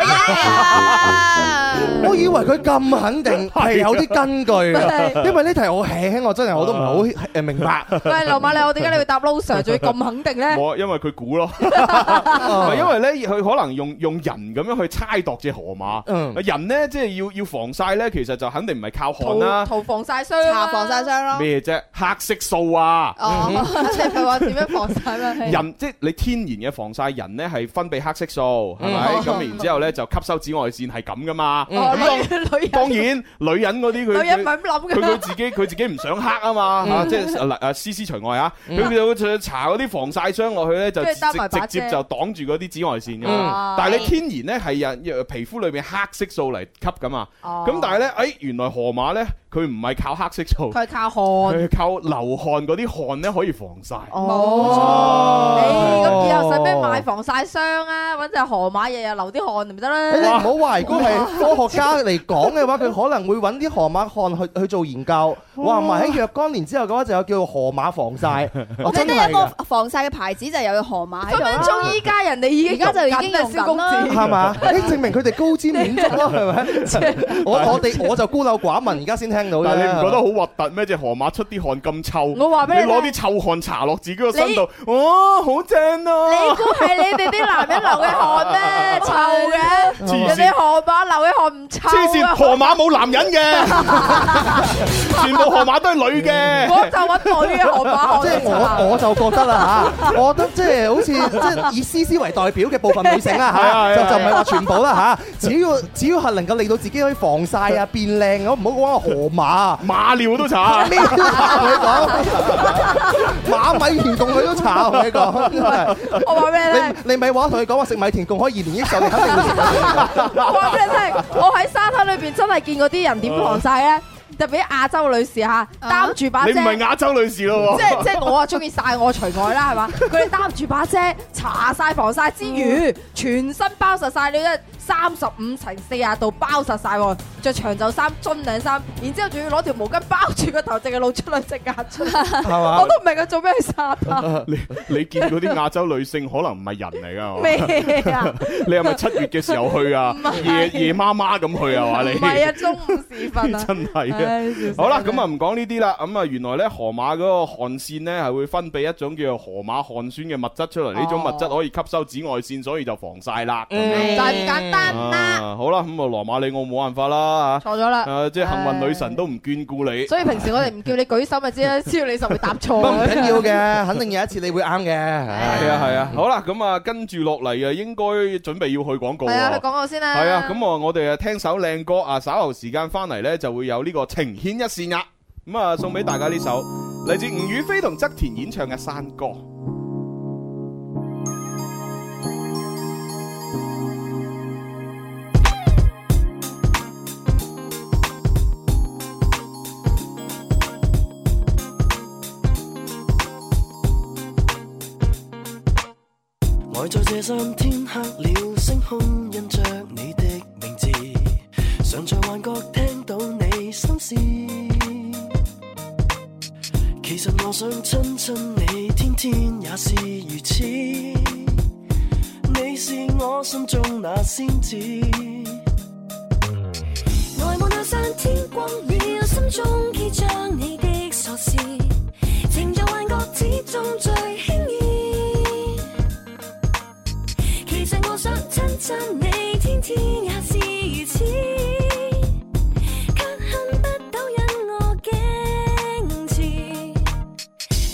S6: 我以為佢咁肯 定係有啲根據嘅，因為呢題我輕輕我真係我都唔係好誒明白。
S10: 喂，羅馬里，我點解你會答 low sir 仲要咁肯定咧？
S4: 哦我因為佢估咯， 唔
S6: 哦
S4: 係因為咧，佢可能用用人咁樣去猜度隻河馬。
S6: 嗯
S4: 人呢，即係要要防曬呢，其實就肯定唔係靠汗
S10: 逃
S4: 啦。
S10: 逃防曬傷啊
S5: 搽防曬。霜咯。
S4: 咩啫？黑色素啊！
S10: 哦，即係佢話點樣防曬咩？
S4: 人即係你天然嘅防曬人咧，係分泌黑色素，係咪？
S10: 嗯
S4: 咁然之後咧就吸收紫外線係咁噶嘛。
S10: 哦，
S4: 咁
S10: 女女人
S4: 當當然女人嗰啲佢
S10: 女人
S4: 佢
S10: 唔係咁諗嗯
S4: 佢佢
S10: 嘅。
S4: 自己佢自己唔想黑啊嘛嚇，即係嗱誒思思除外啊，
S10: 嗯
S4: 佢佢佢搽嗰啲防曬霜落去咧就
S10: 跟
S4: 直
S10: 住搭埋把
S4: 直接
S10: 遮
S4: 就擋住嗰啲紫外線㗎嘛
S10: 嗯。
S4: 但係你天然咧係人皮膚裏面黑色素嚟吸㗎嘛。
S10: 哦
S4: 咁但係咧，誒原來河馬咧佢唔係靠黑色素，
S10: 佢係靠汗。
S4: 佢係靠流汗嗰啲汗咧可以防曬。
S10: 冇錯。誒，咁以後使咩買防曬霜啊？揾隻河馬日日流啲汗咪得
S6: 你
S10: 啦。
S6: 哋唔好話，如果係科學家嚟講嘅話，佢可能會揾啲河馬汗去去做研究。哇，唔係喺若干年之後嘅話，就有叫河馬防曬。我
S5: 我記
S6: 真
S5: 得
S6: 係
S5: 一個
S6: 㗎，
S5: 防曬嘅牌子就有河馬喺
S10: 分
S5: 度
S10: 分
S5: 啦。
S10: 鐘依家人哋已經
S5: 而家就已經
S10: 緊啦
S5: 用
S10: 蕭公
S5: 緊
S10: 子。
S6: 係嘛？誒，證明佢哋高瞻遠矚咯，係咪？ 我我哋我就孤陋寡聞，而家先聽到啫。
S4: 但係你唔覺得好核突咩？只河馬出啲汗咁臭，
S10: 我話俾你
S4: 你攞
S10: 聽
S4: 啲臭汗搽落自己個身度，哦，好正
S10: 你
S4: 啊！
S10: 估係你哋啲男人流嘅汗 咩？臭嘅，
S4: 黐線
S10: 人哋河馬流嘅汗唔臭
S4: 黐線，
S10: 啊！
S4: 河馬冇男人嘅， 全部河馬都係女嘅。
S10: 我就揾女嘅河馬汗
S6: 即係
S10: 嚟
S4: 啊
S6: 我我就覺得啦 嚇，我覺得即係好似即係以思思為代表嘅部分女性
S4: 係啊係啊
S6: 啦嚇，就就
S4: 係啊
S6: 唔係話全部啦嚇。只要只要係能夠令到自己可以防曬啊、變靚， 我唔好講話河馬啊。
S4: 馬尿都搽，
S6: 咩都同你講，馬 炒米田共佢都炒，我同你講 真係
S10: 我話俾你聽。
S6: 你你咪話同佢講話食米田共可以延年益壽，你肯定會食米
S10: 我話俾你聽，我喺沙灘裏邊真係見過啲人點防曬咧，特別亞洲女士嚇擔住把
S4: 你
S10: 遮，
S4: 唔係
S10: 即
S4: 亞洲女士咯喎。
S10: 係即係我啊中意晒我除外啦，係嘛？佢哋擔住把遮，搽晒防曬之餘，全身包實晒，你一三十五乘四十度包實晒喎，着長袖衫、樽領衫，然之後仲要攞條毛巾包住個頭，淨係露出兩隻眼出 嚟，
S6: 田，係嘛
S10: 我？都唔明佢做咩去沙 灘。
S4: 你你見嗰啲亞洲女性可能唔係人嚟㗎係嘛，
S10: 咩啊？
S4: 你係咪七月嘅時候去啊
S10: 唔？係
S4: 夜夜媽媽咁去啊？話
S10: 唔
S4: 你
S10: 係啊，中午時分啊。
S4: 真係嘅。
S10: 唉笑死
S4: 好啦，
S10: 真係
S4: 咁啊唔講呢啲啦，咁啊原來咧河馬嗰個汗腺咧係會分泌一種叫做河馬汗酸嘅物質出嚟，呢種物質可以吸收紫外線，所以就防曬啦。咁
S6: 嗯
S4: 樣
S10: 就係咁簡單啦，
S4: 啊好啦，咁啊羅馬里奧冇辦法啦
S10: 錯咗
S4: 吓，
S10: 啦。
S4: 誒即係幸運女神都唔眷顧你。
S10: 所以平時我哋唔叫你舉手咪知啦，知道你就會答錯。
S6: 不
S10: 啊
S6: 過唔緊要嘅，肯定有一次你會啱嘅。
S4: 係啊係啊，好啦，咁啊跟住落嚟啊，應該準備要去廣告
S10: 係啊，
S4: 喎
S10: 佢講過先啦。
S4: 係啊，咁啊，我哋啊聽首靚歌啊，稍後時間翻嚟呢，就會有呢個情牽一線啦。咁啊，送俾大家呢首嚟自吳雨霏同側田演唱嘅《山歌》。
S1: 呆在這山天黑了，星空印着你的名字，常在幻覺聽到你心事。其實我想親親你，天天也是如此。你是我心中那仙子，
S11: 外望那山天光了，心中記着你的傻事，情在幻覺之中最輕易。其實我想親親你，天天也是如此，卻恨不到引我矜持，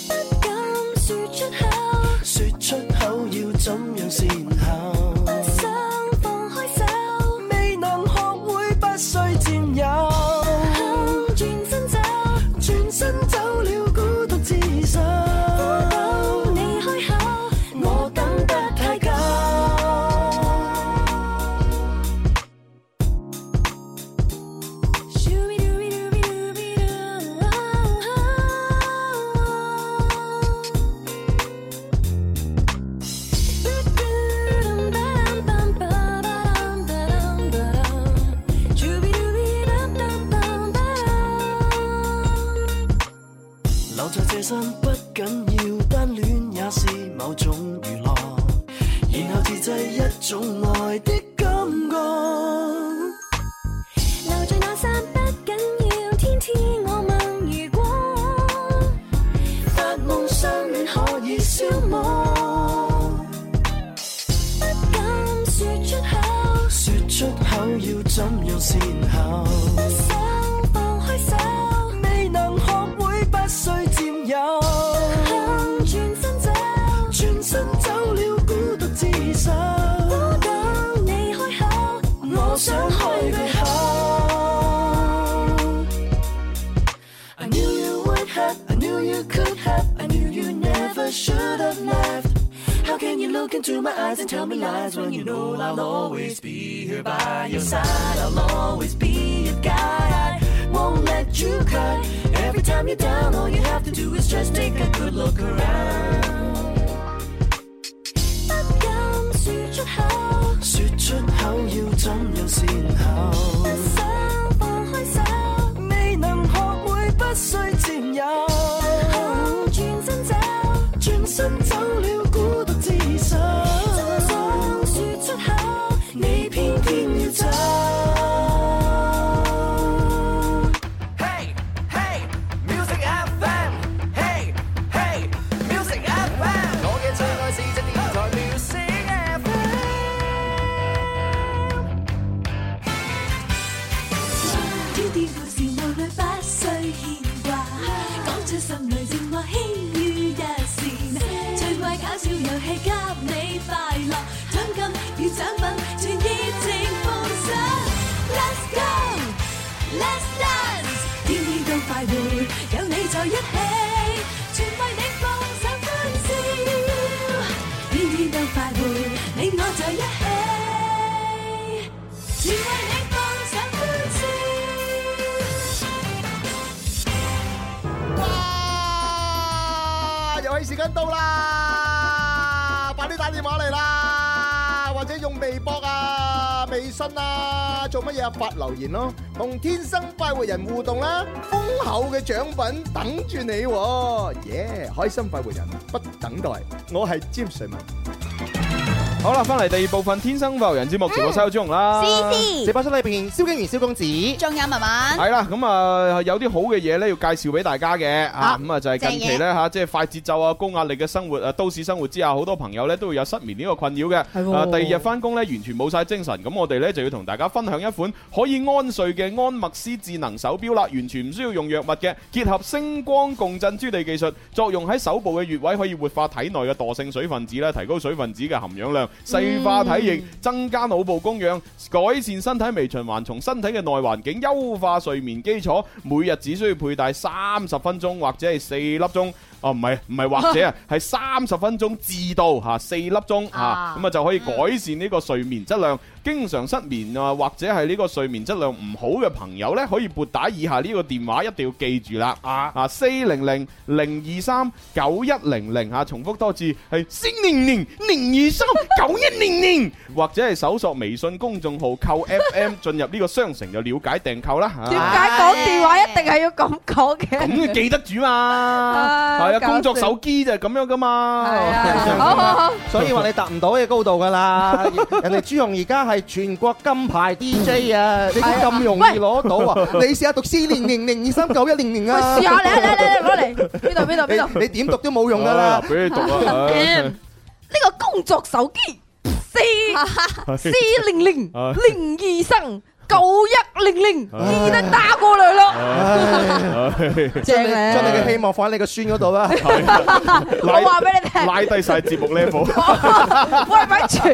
S11: 不敢說出口，
S1: 說出口要怎樣善後？
S11: 不想放開手，
S1: 未能學會不需佔有。
S11: 肯轉身走，
S1: 轉身走了，孤獨自首。
S11: 到你開口，
S1: 我等得太久。留在這身不緊要，單戀也是某種娛樂，然後自製一種愛的感覺。
S11: 留在那山不緊要，天天我問如果。
S1: 發夢相戀可以消磨，
S11: 敢說出口，
S1: 說出口要怎樣善後？
S11: 不想放開手，
S1: 未能學會不需佔有，
S11: 向轉身走，
S1: 轉身走了孤獨自首。
S11: 我等你開口，
S1: 我想開佢口。I knew you would have, I knew you could have, I knew you never should have left. How can you look into my eyes and tell me lies when you know I'll always be here by your side? I'll always be your guide. I won't let you cry. Every time you're down, all you have to do is just take a good look around.
S11: 不敢說出口，
S1: 說出口要怎樣善後
S11: 不？想放開手，
S1: 未能學會不需佔有，
S11: 向轉身走，
S1: 轉身走了孤獨自首。
S11: 真想說出口，
S1: 你偏偏要走。Hey hey music FM Hey hey music FM 我嘅最愛是隻電台 music FM
S11: 挑啲故事無慮不需牽掛，講出心裏情話輕於一線，最怪搞笑遊戲給你快樂，獎金與獎品全熱情奉上。Let's go，Let's dance，天天都快活，有你在一起，全為你放手。
S6: À,
S12: 緊到啦，快啲打電話嚟啦，或者用微博啊、微信啊，做乜嘢啊？發留言咯，同天生快活人互動啦，豐厚嘅獎品等住你喎，耶！開心快活人不等待，我係詹瑞文。
S4: 好啦，翻嚟第二部分《天生浮人》節目，直播收中啦。
S6: 直播室裏邊，蕭敬元、蕭公子，
S5: 仲有文文
S4: 系。啦，咁啊有啲好嘅嘢咧要介紹俾大家嘅啊，咁啊就係近期咧吓，即係快節奏啊、高壓力嘅生活啊、都市生活之下，好多朋友咧都會有失眠呢個困擾嘅。
S10: 喎
S4: 啊，第二日翻工咧完全冇晒精神，咁我哋咧就要同大家分享一款可以安睡嘅安默斯智能手錶啦，完全唔需要用藥物嘅，結合星光共振珠地技術，作用喺手部嘅穴位，可以活化體內嘅惰性水分子啦，提高水分子嘅含氧量，細化體液，增加腦部供氧，改善身體微循環，從身體嘅內環境優化睡眠基礎。每日只需要佩戴三十分鐘或者係四粒鐘。哦，唔係唔係，或者啊，係三十分鐘至到嚇四粒鐘嚇
S10: 啊，
S4: 咁啊就可以改善呢個睡眠質量。經常失眠啊，或者係呢個睡眠質量唔好嘅朋友呢，可以撥打以下呢個電話，一定要記住啦。
S12: 啊
S4: 啊，四零零零二三九一零零嚇，重複多次係四零零零二三九一零零，或者係搜索微信公眾號購 FM 進入呢個商城就了解訂購啦。
S10: 點
S4: 啊
S10: 解講電話一定係要咁講嘅？
S4: 咁記得住嘛，
S10: 啊
S4: 係啊，
S10: 搞
S4: 工作
S10: 笑
S4: 手機就係咁樣噶嘛。
S10: 係啊， 好好好，
S6: 所以話你達唔到嘅高度㗎啦。 人哋朱容而家係全國金牌 DJ 啊，你咁容易攞到啊？ 你試下讀 C 零零零二三九一零零
S10: 喂，
S6: 啊
S10: 試！下嚟啊嚟嚟嚟攞嚟，邊度邊度邊
S6: 你？
S10: 度
S6: 你點讀都冇用㗎
S4: 啊
S6: 啦。
S4: 俾你讀 啊。唉
S10: 呢個工作手機四四零零零二生九一零零，記得打過嚟咯，正咧
S6: 將你嘅希望放喺你個孫嗰度啦。
S10: 我話俾你聽。
S4: 拉低晒節目 level，
S10: 喂，咪住，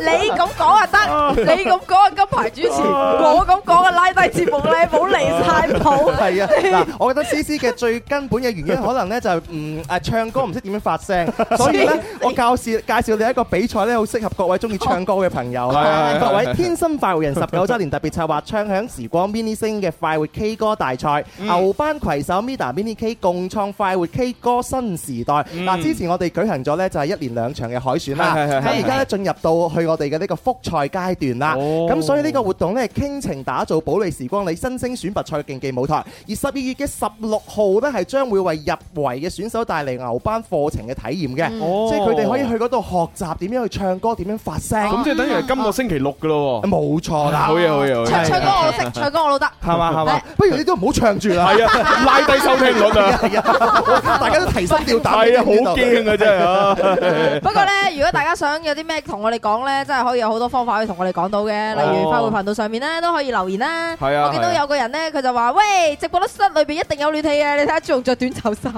S10: 你咁講啊得，你咁講啊金牌主持，我咁講啊拉低節目咧，冇離晒譜。
S6: 係啊，嗱，我覺得 C C 嘅最根本嘅原因可能咧就係唔誒唱歌唔識點樣發 聲，所以咧我教示介紹你一個比賽咧，好適合各位中意唱歌嘅朋友，
S4: 哦係係係
S6: 各位天生快活人十九週年特別策劃唱響時光 mini 星嘅快活 K 歌大賽，
S4: 嗯
S6: 牛班攜手 Mida Mini K 共創快活 K 歌新時代。嗱，之前我哋舉行咗咧就係一連兩場嘅海選啦，
S4: 嗯係係係
S6: 咁而家咧進入到去我哋嘅呢個複賽階段啦，
S4: 哦
S6: 咁所以呢個活動咧，傾情打造保利時光里新星選拔賽競技舞台，而十二月嘅十六號呢，係將會為入圍嘅選手帶嚟牛班課程嘅體驗嘅，
S4: 哦
S6: 即係佢哋可以去嗰度學習點樣去唱歌，點樣發聲，
S4: 咁即係等於係今個星期六噶咯喎。
S6: 冇錯啦
S4: 好，嘢好嘢好
S10: 唱
S4: 嘢，
S10: 唱歌我 識，唱歌我都得。
S6: 係嘛係嘛
S10: 係，
S6: 不如你都唔好唱住啦，
S4: 係啊，拉低收聽 率啊，
S6: 係啊， 大家都提心吊膽，
S4: 係啊，好
S6: 你知道
S4: 驚啊真係啊。
S10: 不過咧，如果大家想有啲咩同我哋講咧，真係可以有好多方法可以同我哋講到嘅，例如快活頻道上面咧都可以留言啦。
S4: 係哦啊
S10: 我見到
S4: 係啊
S10: 有個人咧，佢就話：喂，直播室裏邊一定有暖氣啊 嘅，你睇下仲着短袖衫。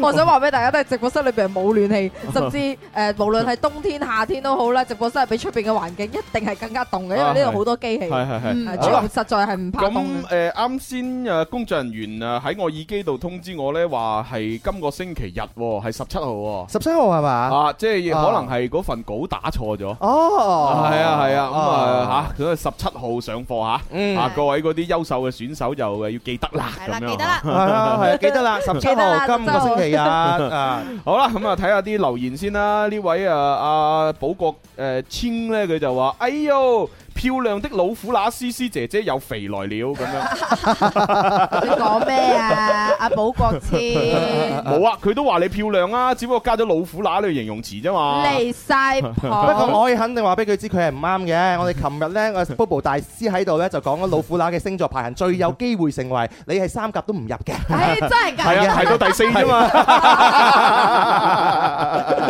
S10: 我想話俾大家聽，直播室裏邊係冇暖 氣，甚至誒無論係冬天夏天都好啦，直播室係比出邊嘅環境一定係更加凍嘅，因為呢度好多機器，
S4: 啊係係係。
S10: 誒
S4: 好啦
S10: 實在係唔怕凍
S4: 咁誒
S10: 嘅。
S4: 啱先誒工作人員誒喺我耳機度通知我咧，話係今個星期日喎，係十七號喎，
S6: 十三號係嘛？
S4: 啊，即係
S6: 啊
S4: 可能係嗰份稿打錯咗。
S6: 哦，
S4: 係啊係啊，咁
S5: 哦
S4: 啊嚇，咁啊十七號上課
S6: 嗯
S4: 嚇，啊各位嗰啲優秀嘅選手就誒要記得啦，
S5: 係啦，
S4: 咁
S5: 記
S4: 樣
S5: 得。啦。
S6: 係啊係啊，記得啦，十七
S10: 記得
S6: 號
S10: 啦
S6: 今個星期日啊。
S4: 好啦，咁啊睇下啲留言先啦。呢位啊阿寶國誒千咧，佢就話：哎呦，漂亮的老虎乸思思姐姐又肥來了咁 樣。
S10: 你講咩啊？阿寶國 超
S4: 冇啊，佢都話你漂亮啊，只不過加咗老虎乸呢個形容詞啫嘛。
S10: 離晒譜。
S6: 不過我可以肯定話俾佢知，佢係唔啱嘅。我哋琴日呢，我 Bobo 大師喺度呢，就講咗老虎乸嘅星座排行最有機會成為你係三甲都唔入嘅。
S10: 唉，真係㗎。
S4: 係啊，排到第四啫嘛。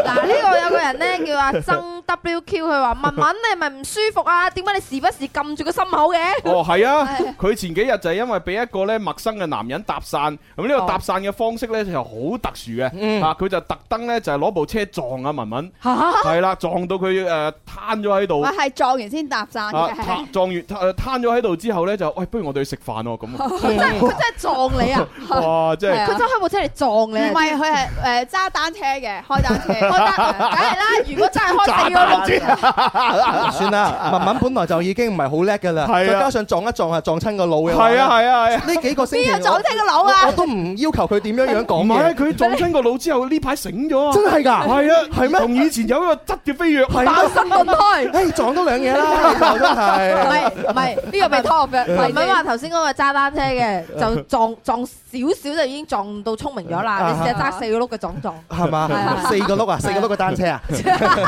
S10: 嗱，呢個有個人咧叫阿曾 WQ，佢話文文你係咪唔舒服啊？點解你時不時撳住個心口嘅？
S4: 哦，係 啊
S10: 係，
S4: 佢前幾日就係因為俾一個咧陌生嘅男人搭訕，咁呢個
S10: 哦
S4: 搭訕嘅方式咧就好特殊嘅，
S6: 嗯
S4: 啊，佢就特登咧就係攞部車撞啊文文，係啦，撞到佢誒攤咗喺度
S5: 我。係撞完先搭訕
S4: 啊！
S5: 嘅
S4: 攤。撞完誒攤咗喺度之後咧，就喂，不如我哋去食飯喎 咁。
S10: 佢真係佢真係撞你啊！
S4: 哇！真
S5: 係
S4: 係
S5: 啊
S10: 佢真係開部車嚟撞
S5: 唔
S10: 你啊。
S5: 係，佢係誒揸單車嘅，開單車，
S10: 我覺得梗係啦，如果真係開四
S6: 攬住，算啦。文文本來就已經唔係好叻㗎啦，
S4: 係啊
S6: 再加上撞一撞係撞親個腦嘅話
S4: 係
S6: 咧，
S4: 啊係啊係啊。
S6: 呢幾個星期
S5: 邊有撞親個腦
S6: 我
S5: 啊
S6: 我都唔要求佢點樣樣
S4: 唔
S6: 講
S4: 係，
S6: 嘢，
S4: 佢撞親個腦之後，呢排醒咗啊！
S6: 真係㗎，
S4: 係啊，
S6: 係咩
S4: 同以前有一個質嘅飛躍，
S6: 係
S10: 打
S6: 咩？
S10: 新棍胎。
S6: 誒撞到兩嘢啦，以後真
S10: 啊唔
S6: 係。
S10: 係唔係，呢個咪 top 嘅。文文話頭先嗰個揸單車嘅，
S4: 啊
S10: 就撞撞少少就已經撞到聰明咗啦。
S4: 啊
S10: 你試下揸四個轆嘅撞撞，
S6: 係
S10: 係
S6: 嘛
S10: 啊？
S6: 四個碌啊，四個碌嘅單車啊！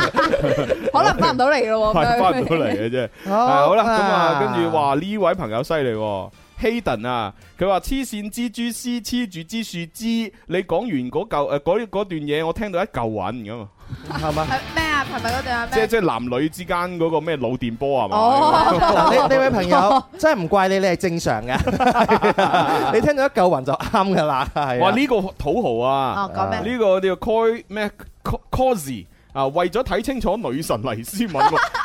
S10: 可能翻唔到嚟咯
S4: 係翻唔到嚟嘅啫。
S6: 哦
S4: 係好啦，咁啊，跟住話呢位朋友犀利喎。Hayden 啊，佢話黐線蜘蛛絲黐住支樹枝，你講完嗰嚿誒呃嗰嗰段嘢，我聽到一嚿雲咁啊！
S6: 係嘛？
S10: 咩啊？係咪嗰段啊？
S4: 即
S10: 咩？
S4: 即男女之間嗰個咩腦電波係嘛？
S10: 哦，
S6: 嗱， 呢呢位朋友真係唔怪你，你係正常 嘅。你聽到一嚿雲就啱㗎啦，係
S4: 哇！
S6: 啊。
S4: 呢個土豪啊，
S10: 哦，講咩？
S4: 呢個叫 Coy 咩 Cozy 啊，為咗睇清楚女神黎思敏，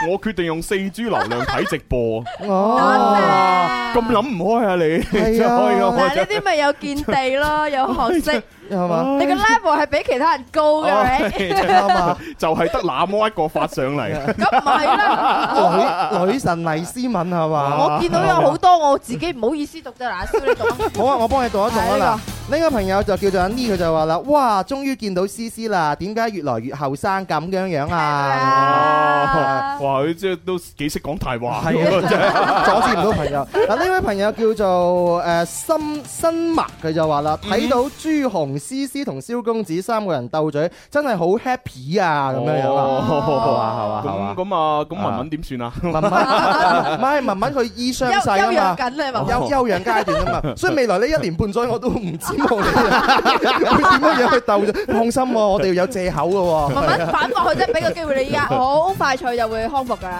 S4: 我我決定用四 G 流量睇直播，
S6: 哦，
S4: 咁諗唔開啊你，
S6: 係
S4: 真
S6: 啊
S4: 係哎開
S10: 嗱，呢
S4: 開
S10: 啲咪有見地咯，有學 識，
S6: 係嘛？
S10: 你個 level 係比其他人高
S4: 哦
S10: 嘅，係咪
S6: 啱啊！
S4: 就係得那麼一個發上嚟，
S10: 咁唔係啦。
S6: 啊女女神黎思敏係嘛？啊
S10: 我見到有好多我自己唔好意思讀啫，嗱，燒你讀 啊。
S6: 好啊，我幫你讀一讀
S10: 係
S6: 啊
S10: 呢
S6: 嗱，呢個朋友就叫做阿 N，佢就話啦：，哇，終於見到思思啦，點解越來越後生咁樣樣啊？
S10: 啊
S4: 哦哇！佢即係都幾識講大 話，
S6: 係啊，阻止唔到朋 友。嗱，呢位朋友叫做誒新新麥，佢就話
S4: 嗯
S6: 啦，睇到朱紅、思思同蕭公子三個人鬥嘴，真係好 happy 啊！咁樣樣啊，係嘛係嘛
S4: 哦咁咁啊，咁文文點算啊？
S6: 係嘛。文文， 唔係文文，佢醫傷
S10: 休休
S6: 勢啊嘛
S10: 養。緊你嘛？
S6: 休休養階段 啊嘛，所以未來呢一年半載我都唔知道你會點樣樣去鬥啫。放心 喎，我哋要有藉口嘅喎。
S10: 慢慢反駁佢啫，俾個機會你依家。
S5: 好快脆就會康復㗎啦。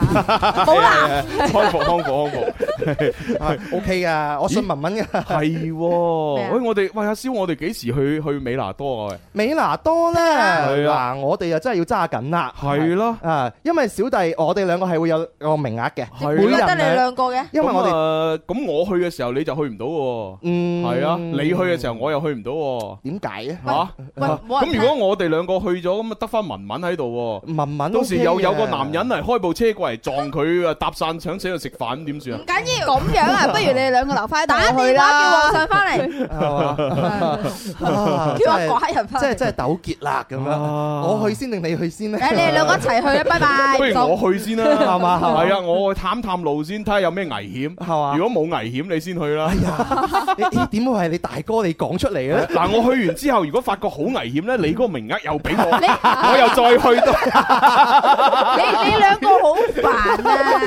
S10: 好啦。
S4: 康復康復康復，
S6: 啊 OK 噶，我信文文嘅。
S4: 係
S10: 咩
S4: 喎！
S10: 啊
S4: 喂，我哋喂阿蕭，我哋幾時去去美拿多啊？
S6: 美拿多咧，
S4: 係啊
S6: 嗱我哋又真係要揸緊啦。
S4: 喂，係啦。
S6: 啊，因為小弟我哋兩個係會有個名額嘅，
S4: 係啊
S6: 每
S10: 點解得你
S6: 人兩，
S10: 兩個嘅？
S6: 因為我哋
S4: 哋咁我去嘅時候你就去唔到喎，
S6: 嗯
S4: 係啊，你去嘅時候我又去唔到喎，
S6: 點解咧？
S4: 嚇
S10: 喂，冇人
S4: 咁如果我哋兩個去咗，咁啊得翻文文喺度喎。
S6: 文文
S4: 到時又
S6: OK 嘅
S4: 有個男人嚟開部車過嚟撞佢啊，搭散搶死佢食飯，咁點算啊
S10: 唔？緊要，
S5: 咁樣 啊，不如你哋兩個留翻
S10: 打
S5: 打去
S10: 電話叫
S5: 啦
S10: 皇。上翻 嚟，
S6: 係嘛啊
S10: 叫
S6: 真
S10: 阿
S6: 係
S10: 寡人翻
S6: 真係
S10: 嚟。
S6: 真係糾結啦咁樣。我去先定你去先咧？
S10: 誒，你哋兩個一齊去啦，拜拜。
S4: 不如
S10: 走
S4: 我去先啦，
S6: 係嘛係嘛
S4: 係啊，我去探探路先，睇下有咩危險。
S6: 係嘛？
S4: 如果冇危險，你先去啦
S6: 哎。呀，你你點會係你大哥你講出嚟 嘅咧？
S4: 嗱，我去完之後，如果發覺好危險咧，你嗰個名額又俾我，
S10: 啊
S4: 我又再去都。
S10: 你你兩個好 煩
S6: 你一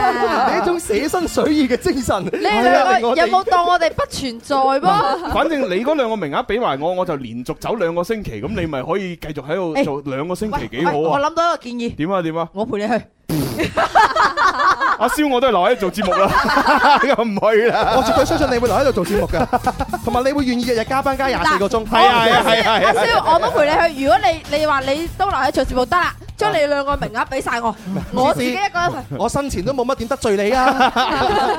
S10: 啊！
S6: 種捨身水意嘅精神，
S10: 你哋兩個有冇當我哋不存在噃？
S4: 反正你嗰兩個名額俾埋我，我就連續走兩個星期，咁你咪可以繼續喺度做兩個星期，幾好
S10: 哎我
S4: 啊！
S10: 諗到一個建議，
S4: 點啊點啊！
S10: 我陪你去。
S4: 阿蕭我都係留喺度做節目啦， 又唔去 啦。
S6: 我絕對相信你會留喺度做節目嘅，同埋你會願意日日加班加廿四個鐘。
S4: 係
S10: 哎
S4: 啊係啊係啊係
S10: 阿
S4: 啊！
S10: 蕭，我都陪你去。如果你你話你都留喺做節目得啦，將你兩個名額俾晒我，我自己一個人去。
S6: 我生前都冇乜點得罪你 啊！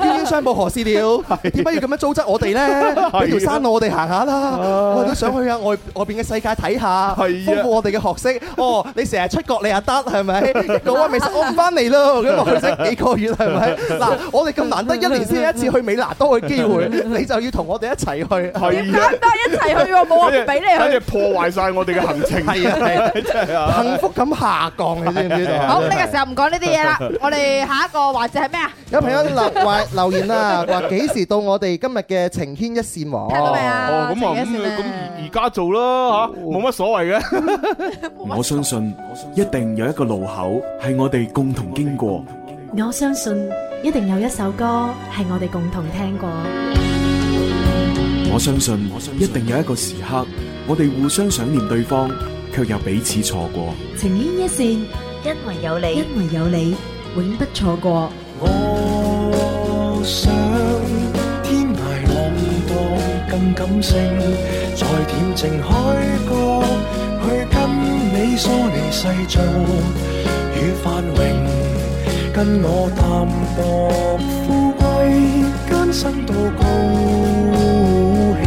S6: 冤冤相報何事了？點解要咁樣糟質我哋
S10: 啊
S6: 呢？俾條山路我哋行下啦，
S10: 哦
S6: 我哋都想去下外外邊嘅世界睇下，
S10: 啊
S6: 豐富我哋嘅學識。哦，你成日出國你又得係 咪？講話未實我唔翻嚟咯，咁啊我去咗幾個月係 咪？嗱，我哋咁難得一年先有一次去美拿多嘅機 會，你就要同我哋一齊去。
S10: 點
S4: 係
S10: 解
S4: 啊
S10: 唔！得一齊去喎？冇
S4: 反正
S10: 我 俾
S4: 反
S10: 你去
S4: 正。破壞晒我哋嘅行程。
S6: 係啊係 啊，幸福感下降，你知唔知道啊？
S10: 好，呢個時候唔講呢啲嘢啦。我哋下一個環 節係咩啊？
S6: 有朋友留話留言 啊，話幾時到我哋今日嘅情牽一線王？
S10: 聽到未啊
S4: 哦，咁啊，咁
S10: 剩一線啊
S4: 咁而而家做啦嚇，冇乜所謂嘅。
S13: 我相信一定有一個路口係我哋共同經過，
S11: 我相信一定有一首歌係我哋共同聽過。
S13: 我相信一定有一個時刻，我哋互相想念對方，卻又彼此錯過。
S11: 情牽一線，因為有你，因為有你，永不錯過。
S1: 我想天涯浪蕩更感性，在恬靜海角去跟你梳理世俗與繁榮，跟我淡薄富貴艱辛到高興，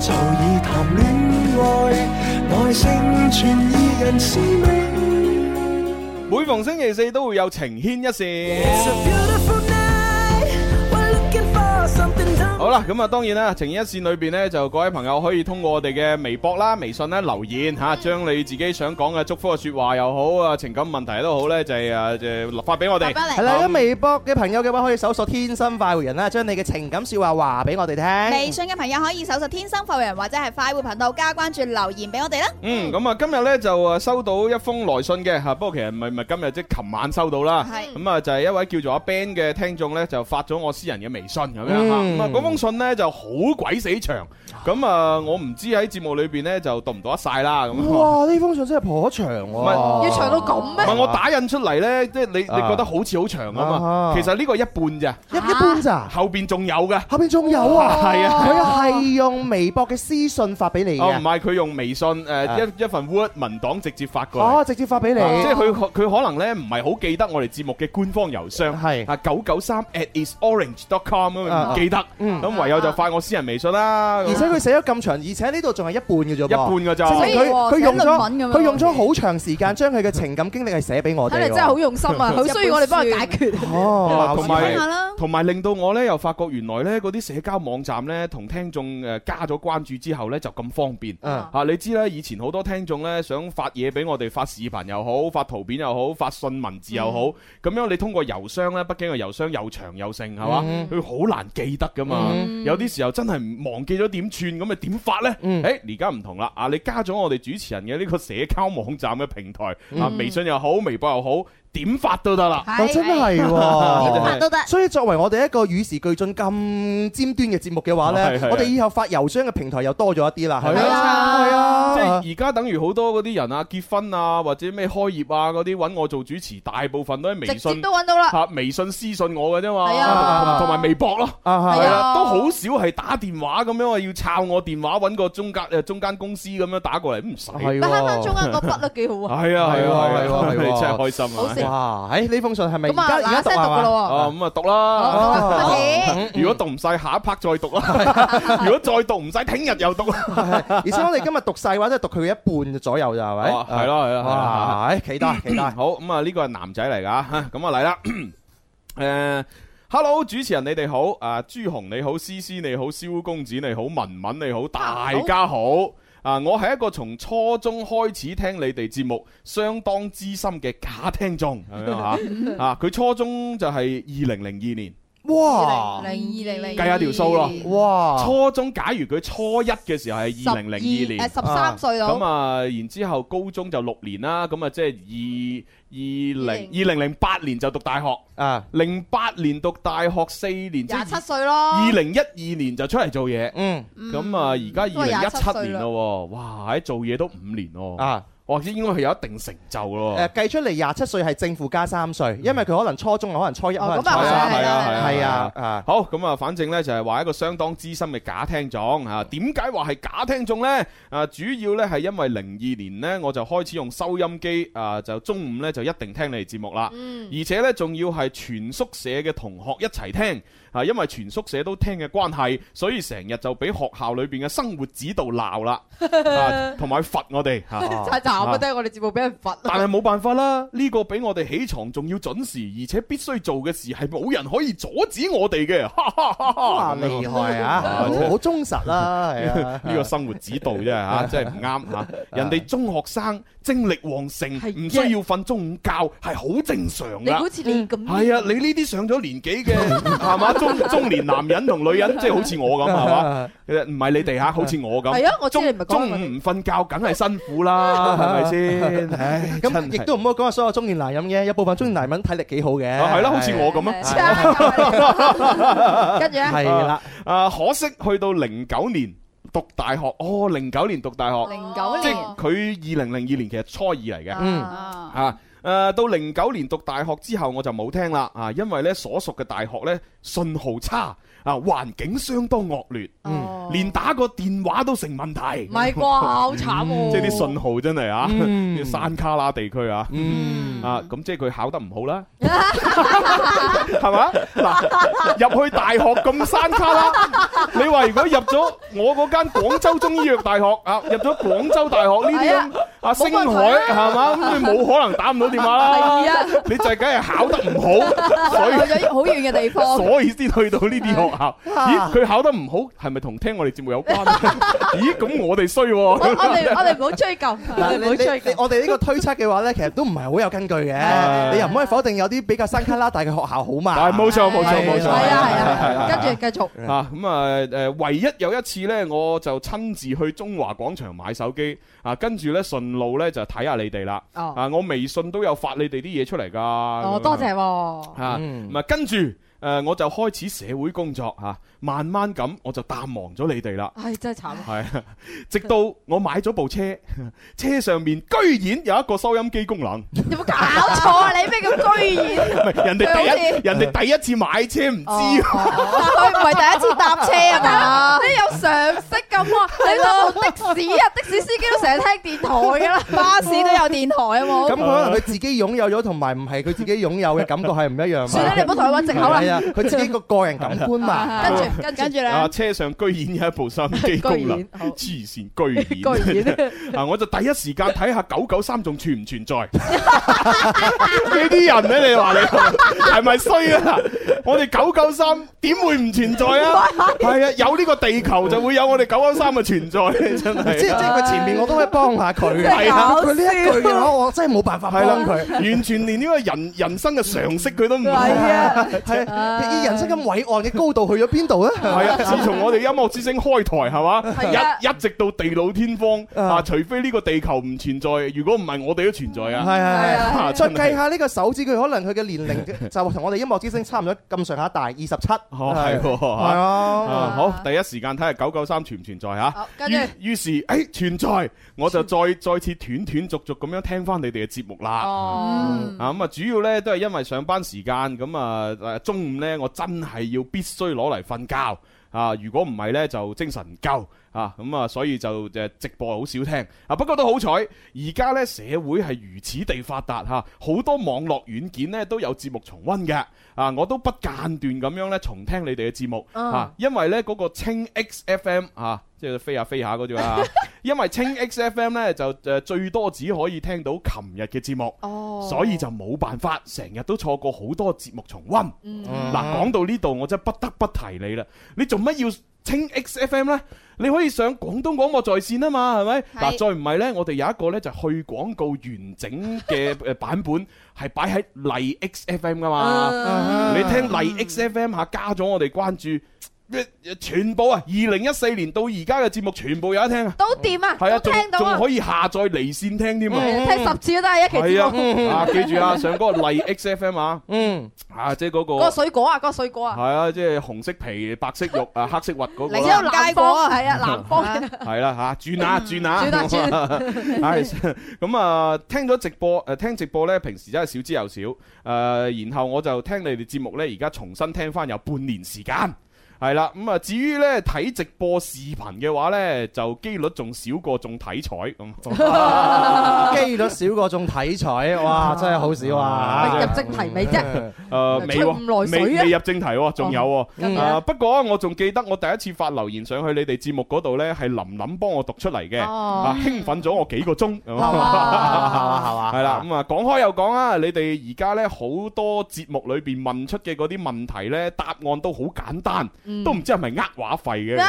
S1: 就以談戀愛來成全二人使命。
S4: 每逢星期四都會有情牽一線。好啦，咁啊，當然啦，情牽一線裏邊呢，就各位朋友可以通過我哋嘅微博啦、微信咧留言吓，將你自己想講嘅祝福嘅説話又好啊，情感問題都好呢，就係啊，就發俾我哋。
S6: 係啦，咁微博嘅朋友嘅話，可以搜索天生快活人啦，將你嘅情感説話話俾我哋
S5: 微
S6: 聽。
S5: 信嘅朋友可以搜索天生快活人或者係快活頻道加關注留言俾我哋啦。
S4: 嗯，咁啊，今日咧就啊收到一封來信嘅啊嚇，不過其實唔係唔係今日，即係琴晚收到啦。
S5: 係
S4: 咁啊，就係一位叫做阿 Ben 嘅聽眾咧，就發咗我私人嘅微信咁樣嚇。
S6: 嗯
S4: 咁啊，嗰封信咧就好鬼死長，咁啊，我唔知喺節目裏邊咧就讀唔讀得晒啦咁。唔
S6: 哇！呢封信真係頗長
S4: 係
S6: 喎，
S10: 要長到咁咩？
S4: 係我打印出嚟咧，即係你
S6: 啊
S4: 你覺得好似好長啊嘛，
S6: 啊
S4: 其實呢個一半咋，
S6: 一一般咋？
S4: 後邊仲有嘅。
S6: 後邊仲有啊，
S4: 係啊
S6: 佢係用微博嘅私信發俾你
S4: 哦，唔
S6: 嘅，
S4: 係佢用微信呃
S6: 啊
S4: 誒一一份 Word 文檔直接發過嚟。
S6: 哦，直接發俾你，
S4: 即係佢佢可能咧唔係好記得我哋節目嘅官方郵箱，
S6: 係
S4: 啊九九三 at isorange.com 咁樣
S6: 啊
S4: 唔記得，
S6: 嗯
S4: 咁唯有就發我私人微信啦。
S6: 而且佢寫咗咁長，而且呢度仲係一半嘅啫噃，
S4: 一半㗎咋
S6: 證明佢
S5: 所
S6: 佢
S5: 以
S6: 用
S5: 寫論文咁樣
S6: 咗佢用咗好長時間將佢嘅情感經歷係寫俾我哋
S10: 睇
S6: 喎。
S10: 嚟真係好用心啊，好需要我哋幫佢解決。
S6: 哦，
S4: 同
S6: 貌
S4: 埋
S6: 似
S5: 睇下啦。
S4: 同埋令到我咧又發覺原來咧嗰啲社交網站咧同聽眾誒加咗關注之後咧就咁方便。
S6: 嗯
S4: 啊！你知啦，以前好多聽眾咧想發嘢俾我哋，發視頻又好，發圖片又好，發信文字又好，咁樣你通過郵箱咧，北京嘅郵箱又長又盛，係嘛？
S10: 嗯
S4: 佢好難記得噶
S6: 啊
S4: 嘛。有啲時候真係唔忘記咗點串，咁咪點發呢？
S6: 嗯
S4: 誒，而家唔同啦，啊，你加咗我哋主持人嘅呢個社交網站嘅平台，啊，微信又好，微博又好，點發都得啦。
S6: 哦，真係
S4: 點
S6: 喎
S4: 發。
S10: 都得。
S6: 所以作為我哋一個與時俱進咁尖端嘅節目嘅話
S4: 係
S6: 呢
S4: 係，
S6: 我哋以後發郵箱嘅平台又多咗一啲啦，係咪
S4: 係
S10: 啊
S6: 係
S4: 即
S6: 啊，
S4: 係而家等於好多嗰啲人啊，結婚啊，或者咩開業啊嗰啲揾我做主持，大部分都喺微
S10: 直接
S4: 信
S10: 都揾到啦，
S4: 吓微信私信我嘅啫嘛，
S10: 係啊
S4: 同同埋微博咯。
S6: 啊
S10: 係
S4: 係
S10: 啊
S4: 啦，都好少係打電話咁樣話要抄我電話揾個中間誒中間公司咁樣打過嚟，唔使。
S6: 係
S10: 但
S6: 喎
S10: 慳翻中間個筆都幾好啊。
S4: 係啊係啊係
S6: 係喎
S4: 啊，
S6: 係喎
S4: 你真係開
S10: 好
S4: 心
S10: 笑
S4: 啊！
S6: 哇！誒呢封信係咪而
S10: 咁啊，
S6: 家而
S10: 嗱
S6: 家
S10: 一
S6: 讀
S10: 聲讀
S6: 啊
S10: 噶
S6: 嘛？
S10: 咯
S4: 哦，咁啊讀啦。嗯
S10: 喎，開始。
S4: 如果讀唔晒，下一 part 再讀啊啦。如果再讀唔使，聽日又讀。啊
S6: 而且我哋今日讀晒嘅話，都係讀佢一半左右咋，係咪？
S4: 哦係咯係咯係咯
S6: 啊哇！誒期 待期待。
S4: 好咁啊，呢個係男仔嚟噶，咁啊嚟啦。 誒，Hello，主持人你哋好，啊朱紅你好，思思你好，蕭公子你好，文文你好，大家好。啊！我係一個從初中開始聽你哋節目，相當資深嘅假聽眾咁樣嚇。啊，佢初中就係二零零二年，
S6: 哇！
S10: 零二
S3: 哎
S10: 零零，
S4: 計下條數咯
S10: 啊
S6: 哇！
S4: 初中假如佢初一嘅時候係二零零二年
S10: 誒，十三歲到
S4: 咁，啊，然之後高中就六年啦，咁啊即係二二零二零零八年就讀大學。
S6: 啊，
S4: 零八年讀大學四年，即
S10: 廿七
S4: 係
S10: 歲咯。
S4: 二零一二年就出嚟做嘢。
S6: 嗯
S4: 咁啊，而家
S10: 都係
S4: 二零一
S10: 廿七
S4: 七
S10: 歲
S4: 年
S10: 啦
S4: 咯喎，哇！喺做嘢都五年咯，
S6: 啊，
S4: 哇！應該係有一定成就咯。
S10: 哦
S6: 誒計出嚟廿七歲係正負加三歲，因為佢可能初中，可能初一，可
S10: 哦
S6: 能初
S10: 咁啊
S4: 係啊
S6: 三，
S10: 係
S4: 係啊
S10: 係
S4: 係
S6: 係
S4: 啊
S6: 啊。啊！
S4: 好咁啊，反正呢就係話一個相當資深嘅假聽眾啊。點解話係假聽眾呢？啊，主要呢係因為零二年呢，我就開始用收音機啊，就中午呢就一定聽你哋節目啦。而且呢，仲要係全宿舍嘅同學一齊聽啊，因為全宿舍都聽嘅關係，所以成日就俾學校裏邊嘅生活指導鬧啦，啊同埋罰我哋嚇。
S10: 就係慘啊！都係我哋節目俾人罰。
S4: 但係冇辦法啦，呢、個比我哋起床仲要準時，而且必須做嘅事係冇人可以阻止我哋嘅，哈哈哈
S6: 哇！
S4: 哈！咁樣
S6: 厲害啊，
S4: 啊
S6: 好好忠實啦， 係啊，
S4: 呢個生活指導啫嚇，真係唔啱嚇。人哋中學生精力旺盛，
S10: 係
S4: 唔需要瞓中午覺係好正常
S10: 你好
S4: 噶。
S10: 似你咁，
S4: 係啊，你呢啲上咗年紀 嘅係嘛中中年男人同女人，即係好似我咁係嘛？ 其實唔係你哋嚇，好似我咁。
S10: 係啊我知
S4: 中
S10: 你唔係講
S4: 中午
S10: 我
S4: 唔瞓覺，梗係辛苦啦，係咪先？唉，
S6: 咁亦都唔好講話所有中年男人嘅，有部分中年男人體力幾好嘅，
S4: 係啦，好似我 咁啊。
S10: 跟住咧，
S6: 係啦，
S4: 啊，可惜去到零九年讀大學，哦，零九年讀大學，
S10: 零九
S4: 即
S10: 年
S4: 係佢二零零二年其實初二嚟嘅，
S6: 嗯
S5: 啊，
S4: 啊。誒、到零九年讀大學之後，我就冇聽啦，啊，因為呢所屬嘅大學呢，信號差，啊，環境相當惡劣，嗯
S10: 哦
S4: 連打個電話都成問題
S10: 唔，係 啩？好慘喎！
S4: 即係啲信號真係啊，
S6: 嗯
S4: 啲山卡拉地區啊，
S6: 嗯，
S4: 啊，咁即係佢考得唔好啦，係嘛？嗱，入去大學咁山卡啦，你話如果入咗我嗰間廣州中醫藥大學啊，入咗廣州大學呢啲
S10: 係啊
S4: 咁啊星
S10: 冇問題
S4: 海係嘛，咁你冇可能打唔到電話啦。
S10: 係啊
S4: 你就係梗係考得唔好，所以
S10: 去咗好遠嘅地方。
S4: 所以先去到呢啲學校。
S10: 啊
S4: 咦，佢考得唔好，係咪同聽我哋節目有關？啊 咦，咁我哋衰
S10: 我我
S4: 喎。
S10: 哋我 哋唔好追究，我
S6: 嗱，
S10: 哋
S6: 你
S10: 唔好追
S6: 你
S10: 究
S6: 你。我哋呢個推測嘅話咧，其實都唔係好有根據
S4: 係
S6: 嘅。你又唔可以否定有啲比較山卡拉大嘅學校好嘛？
S4: 但係冇錯，冇錯，冇
S10: 啊係
S4: 錯。
S10: 啊係啊，跟住繼續。
S4: 啊，咁啊，誒，唯一有一次呢，我就親自去中華廣場買手機，啊，跟住呢，順路呢，就睇下你哋啦。
S10: 哦
S4: 啊，我微信都有發你哋啲嘢出嚟㗎。
S10: 哦
S4: 哦，
S10: 多 謝喎。
S4: 啊，
S6: 嗯
S4: 咁啊，跟住誒，我就開始社會工作嚇，慢慢咁我就淡忘咗你哋啦。
S10: 唉，真係慘。
S4: 係啊，直到我買咗部車， 車上面居然有一個收音機功能，唔
S10: 有冇搞錯啊？你咩叫居 然？
S4: 係人哋第
S10: 佢好
S4: 一
S10: 似哦
S4: 人哋第一次買車唔知，
S5: 佢唔係第一次搭車啊嘛。
S10: 你有常識咁喎？你搭部的士 啊，的士司機都成日聽電台㗎啦， 巴士都有電台 啊
S6: 咁
S10: 冇。
S6: 佢可能佢自己擁有咗，同埋唔係佢自己擁有嘅感覺係唔一樣嘛。
S10: 算啦，你唔好同佢揾藉口
S6: 係
S10: 啦。
S6: 啊，佢自己個個人感官嘛。
S10: 跟住跟住
S5: 跟住咧，
S4: 啊，車上居然有一部收音機功能
S10: 居然好，
S4: 黐線居然。
S10: 居 然
S4: 啊！我就第一時間睇下九九三仲存唔存在？呢啲人咧，你話你 係咪衰啊？我哋九九三點會唔存在啊？係啊，有呢個地球就會有我哋九九三嘅存在，真
S6: 即即
S4: 係
S6: 係佢前面我都可以幫下佢，
S4: 係啊
S6: 佢呢一句嘅話，我真係冇辦法幫佢。
S4: 完全連呢個人人生嘅常識佢都唔
S10: 係
S4: 係
S10: 啊。
S6: 係啊以人生咁偉岸嘅高度去咗邊度咧？
S4: 啊！自從我哋音樂之聲開台係
S10: 係
S4: 嘛
S10: 啊，
S4: 一一直到地老天荒
S6: 啊
S4: 啊！除非呢個地球唔存在，如果唔係我哋都存在啊！
S6: 係係係。
S4: 啊
S6: 再
S4: 真係
S6: 計下呢個手指，佢可能佢嘅 年齡就同我哋音樂之星差唔多咁上下大，二十七。
S4: 哦係
S6: 係
S4: 喎嚇
S6: 啊，
S4: 啊，好，第一時間睇下九九三存唔存在吓
S10: 好。跟住
S4: 於於是，誒存在，我就再再次斷斷續續咁樣聽翻你哋嘅節目啦。
S10: 哦，
S4: 啊咁啊，主要呢都係因為上班時間咁啊，誒中午呢，我真係要必須攞嚟瞓覺啊！如果唔係呢，就精神唔夠啊，咁啊，所以就誒直播好少聽啊。不過都好彩，而家呢社會係如此地發達嚇，好多網絡軟件呢都有節目重温嘅啊，我都不間斷咁樣呢重聽你哋嘅節目
S10: 嗯
S4: 啊，因為呢嗰個清 XFM 啊，即係飛下飛下嗰種啊，因為清 XFM 呢就誒最多只可以聽到琴日嘅節目。
S10: 哦，
S4: 所以就冇辦法，成日都錯過好多節目重温。嗱、
S6: 嗯
S4: 講到呢度，我真係不得不提你啦。你做乜要清 XFM 呢？你可以上廣東廣播在線啊嘛，係咪？嗱，再唔係呢，我哋有一個呢，就去廣告完整嘅誒版本，係擺喺麗 XFM 噶
S10: 啊
S4: 嘛。你聽麗 XFM 下加咗我哋關注，全部啊，二零一四年到而家嘅節目全部有得聽啊。
S10: 都掂啊，
S4: 係啊，
S10: 都
S4: 仲
S10: 聽到
S4: 仲
S10: 啊，嗯
S4: 可以下載離線聽添啊。
S10: 聽十次都係一期
S4: 係
S10: 節目。
S4: 啊，啊記住啊，上嗰個麗 XFM 啊，
S6: 嗯，
S4: 啊即係嗰個
S10: 嗰個水果啊，嗰個水果
S4: 係
S10: 啊，
S4: 啊，即係紅色皮、白色肉 啊、黑色核嗰個
S10: 你知
S4: 啦
S10: 道南方係啊，南方
S4: 係啦吓，轉下轉下，
S10: 轉下
S4: 係咁啊，聽咗直播誒聽直播咧，平時真係少之又少誒，然後我就聽你哋節目咧，而家重新聽翻有半年時間。係啦，咁啊，至於咧睇直播視頻嘅話咧，就機率仲少過中體彩咁。
S6: 機率少過仲體彩，哇，真係好少
S4: 啊
S6: 啊！
S10: 入正題未啫？
S4: 誒呃未
S10: 吹唔
S4: 喎，
S10: 來水
S4: 未
S10: 啊
S4: 未入正題喎，仲有喎。
S6: 嗯
S10: 跟住
S4: 啊！
S10: 咧
S4: 不過我仲記得我第一次發留言上去你哋節目嗰度呢，係琳琳幫我讀出嚟嘅，
S10: 哦
S4: 啊興奮咗我幾個鐘，係
S6: 係
S4: 嘛
S6: 嘛係嘛
S4: 係啦。咁啊，講開又講啊，你哋而家呢，好多節目裏邊問出嘅嗰啲問題呢，答案都好簡單，都唔知係咪呃話費嘅
S10: 嗯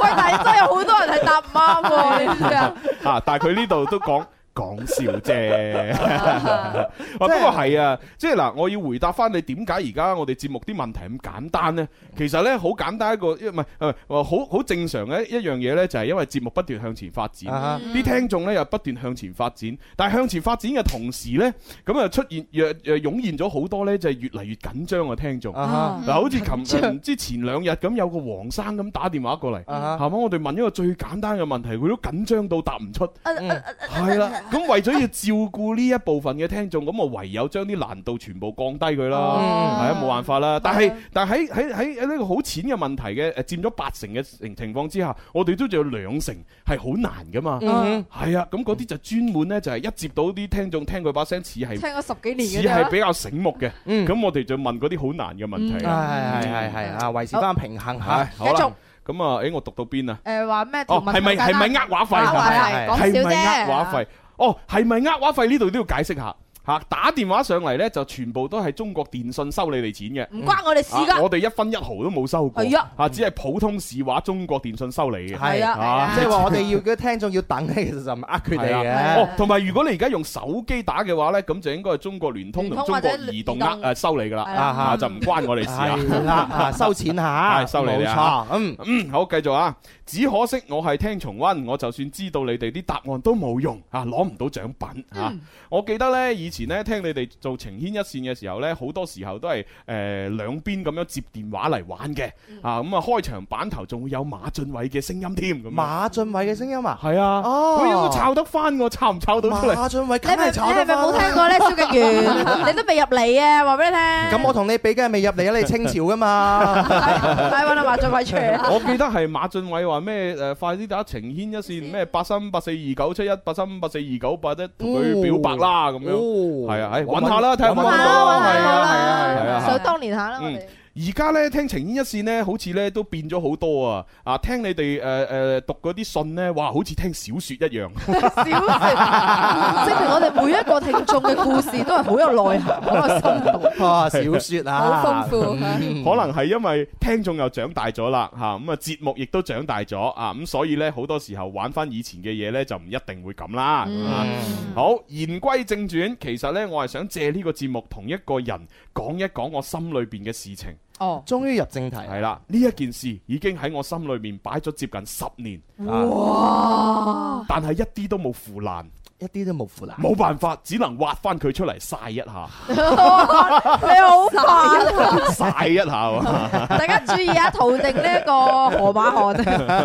S10: 喂，但係真有好多人係答唔啱 喎，你知唔知啊？
S4: 啊！但係佢呢度都講。 講笑啫，啊不過係啊，即係嗱，我要回答翻你點解而家我哋節目啲問題咁簡單呢？其實呢，好簡單一個，一唔係唔係好好正常嘅一樣嘢呢，就係因為節目不斷向前發展，
S6: 啊
S4: 啲聽眾呢又不斷向前發展，但係向前發展嘅同時呢，咁啊出現若若湧現咗好多呢，就係越嚟越緊張嘅聽眾。
S6: 啊哈
S4: 嗱，好似琴唔知前兩日咁，有個黃生咁打電話過嚟，
S6: 啊哈
S4: 係嘛？我哋問一個最簡單嘅問題，佢都緊張到答唔出。
S6: 嗯
S4: 係啦，咁為咗要照顧呢一部分嘅聽眾，咁我唯有將啲難度全部降低佢啦，
S6: 哦
S4: 係啊，冇辦法啦。但係但係喺喺喺呢個好淺嘅問題嘅誒佔咗八成嘅情情況之下，我哋都仲有兩成係好難噶嘛。
S6: 嗯
S4: 係啊，咁嗰啲就專門呢，就係一接到啲聽眾聽佢把聲似 係
S10: 聽咗十幾
S4: 似
S10: 年嘅
S4: 係
S10: 啫。
S4: 比較醒目嘅，
S6: 嗯
S4: 咁我哋就問嗰啲好難嘅問題
S6: 係
S4: 啊。
S6: 係係係啊，維持翻平衡嚇
S4: 唉，。好啦
S10: 繼續，
S4: 咁啊，誒我讀到邊啊？
S10: 誒話咩？
S4: 哦，係咪係咪呃話費？
S5: 呃話
S4: 係咪
S5: 費講笑啫
S4: 呃話費？哦，係咪呃話費呢度都要解釋下吓？打電話上嚟呢，就全部都係中國電信收你哋錢嘅。
S10: 唔關我哋事
S4: 啊
S10: 㗎。
S4: 我哋一分一毫都冇收過，
S10: 係啊
S4: 啊，只係普通市話中國電信收你嘅。
S10: 係啊，係啊
S6: 即係話我哋要嗰啲聽眾要等，其實就唔係呃佢哋
S4: 係
S10: 啊
S6: 嘅。
S4: 哦，同埋如果你而家用手機打嘅話呢，咁就應該係中國聯通同
S10: 聯通
S4: 中
S10: 或
S4: 國
S10: 者
S4: 移動
S10: 移動
S4: 呃誒收你㗎啦，
S10: 係
S6: 啦
S4: 啊就唔關我哋事啊。
S6: 係啦，啊收錢嚇，
S4: 係收你哋
S6: 冇
S4: 啊
S6: 錯，嗯，
S4: 嗯，好，繼續啊！只可惜我係聽重温，我就算知道你哋啲答案都冇用啊，攞唔到獎品啊！我記得呢，以前呢，聽你哋做情牽一線嘅時候呢，好多時候都係誒、呃、兩邊咁樣接電話嚟玩嘅啊！咁、啊，開場版頭仲會有馬俊偉嘅聲音添咁 樣。
S6: 馬俊偉嘅聲音啊，
S4: 係啊，
S6: 哦
S4: 佢應該抄得翻我，抄唔抄到 出嚟？
S6: 馬俊偉
S10: 你
S6: 梗
S10: 係咪
S6: 係
S10: 你
S6: 炒
S10: 係
S6: 得
S10: 咪
S6: 翻
S4: 哦
S10: 冇聽
S6: 啦。
S10: 過咧？蕭敬 元，你都未入嚟啊！話俾你聽。
S6: 咁我同你比嘅未入嚟啊，你清朝噶嘛？
S10: 快揾阿華俊 偉 出嚟啦。
S4: 我記得係馬俊偉話咩誒，快啲打情牽一線咩八三八四二九七一八三八四二九八一同佢表白啦 咁樣。
S6: 哦
S4: 係啊，唉，揾下啦，睇下揾唔
S10: 揾
S4: 到啦，
S10: 下啦，
S4: 係
S10: 揾下
S4: 啊，係啊，係
S10: 啦
S4: 啊，，係
S10: 想
S4: 啊。
S10: 當年下啦，我
S4: 嗯
S10: 哋。
S4: 而家咧聽情牽一線咧，好似咧都變咗好多啊！啊，聽你哋誒誒讀嗰啲信咧，哇，好似聽小説一 樣。
S10: 小食，證明我哋每一個聽眾嘅故事都係好有內涵， 好有深度。
S6: 啊，小説啊，
S5: 好豐富
S6: 嗯
S4: 可能係因為聽眾又長大咗啦，嚇咁啊節目亦都長大咗啊，咁所以呢，好多時候玩翻以前嘅嘢呢，就唔一定會咁啦。咁啊
S6: 嗯
S4: 好，言歸正傳，其實呢，我係想借呢個節目同一個人講一講我心裏邊嘅事情。
S10: 哦，
S6: 終於入正題，
S4: 係啦，呢一件事已經喺我心裏面擺咗接近十年，
S10: 哇！
S4: 但係一啲都冇腐爛，
S6: 一啲都冇腐爛。
S4: 冇辦法，只能挖翻佢出嚟晒一 下，
S10: 你好煩啊！
S4: 晒一下喎。
S10: 大家注意啊，陶定呢一個河馬汗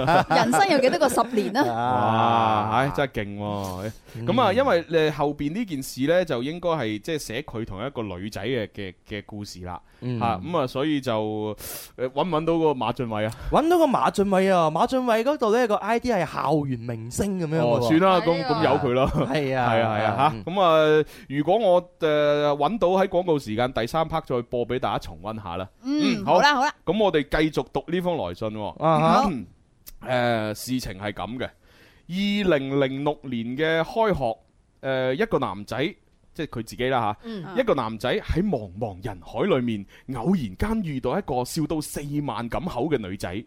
S10: 啊！
S5: 人生有幾多個十年啊？
S4: 哇！唉，真係勁喎！
S6: 嗯
S4: 咁
S10: 嗯
S4: 啊，因為誒後邊呢件事呢，就應該係即係寫佢同一個女仔嘅嘅嘅故事啦。
S6: 嗯
S4: 嚇咁啊，所以就誒揾唔揾到個馬俊偉啊？
S6: 揾到個馬俊偉啊，馬俊偉嗰度咧個 ID 係校園明星咁樣
S4: 哦，
S6: 喎。
S4: 算啦，咁
S10: 係啊
S4: 咁由佢啦。
S6: 係啊，
S4: 係啊係啊
S6: 嗯
S4: 嚇！咁啊，如果我誒揾到喺廣告時間第三 part 再播俾大家重温下啦。嗯
S5: 嗯，
S4: 好
S5: 好啦好啦，
S4: 咁我哋繼續讀呢封來信喎。
S6: 啊哈
S4: 誒、事情係咁嘅，二零零六年嘅開學，誒、一個男仔，即係佢自己啦吓，
S10: 嗯
S4: 一個男仔喺茫茫人海裏面，偶然間遇到一個笑到四萬咁口嘅女仔，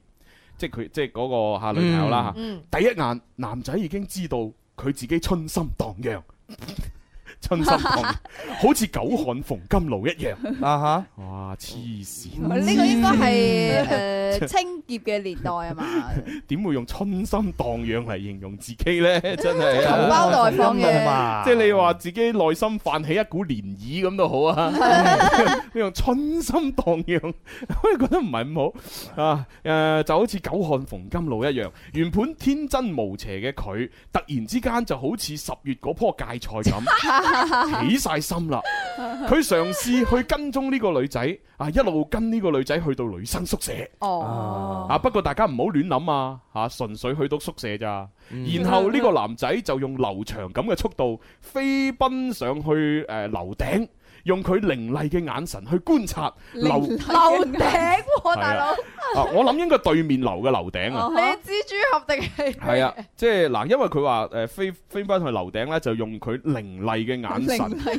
S4: 即係佢即係嗰、個嚇女朋友啦
S10: 嗯，
S4: 嚇。第一眼，男仔已經知道佢自己春心蕩 漾。春心蕩漾，好似久旱逢甘露一樣。
S6: 啊哈，
S4: 哇！黐線，
S5: 呢個應該係誒清潔嘅年代啊嘛，
S4: 點會用春心蕩漾嚟形容自己呢？真係
S5: 含
S4: 啊！
S5: 苞待放
S6: 冇
S5: 嘅。
S6: 嘛，
S4: 即係你話自己內心泛起一股漣漪咁都好 啊！你用春心蕩漾，我覺得唔係咁好啊！誒、就好似久旱逢甘露一樣，原本天真無邪嘅佢，突然之間就好似十月嗰棵芥菜咁，起晒心啦！佢嘗試去跟蹤呢個女仔啊，一路跟呢個女仔去到女生宿舍。
S10: 哦，
S4: 啊！不過大家唔好亂諗啊，嚇、純粹去到宿舍咋。然後呢個男仔就用劉翔咁嘅速度飛奔上去誒、呃、樓頂，用佢凌厲嘅眼神去觀察樓。
S10: 樓頂喎，大佬，
S4: 啊，我諗應該對面樓嘅樓頂啊。
S10: 你係蜘蛛俠定係？
S4: 係啊，即係嗱，因為佢話誒飛飛奔去樓頂呢，就用佢凌厲嘅眼神去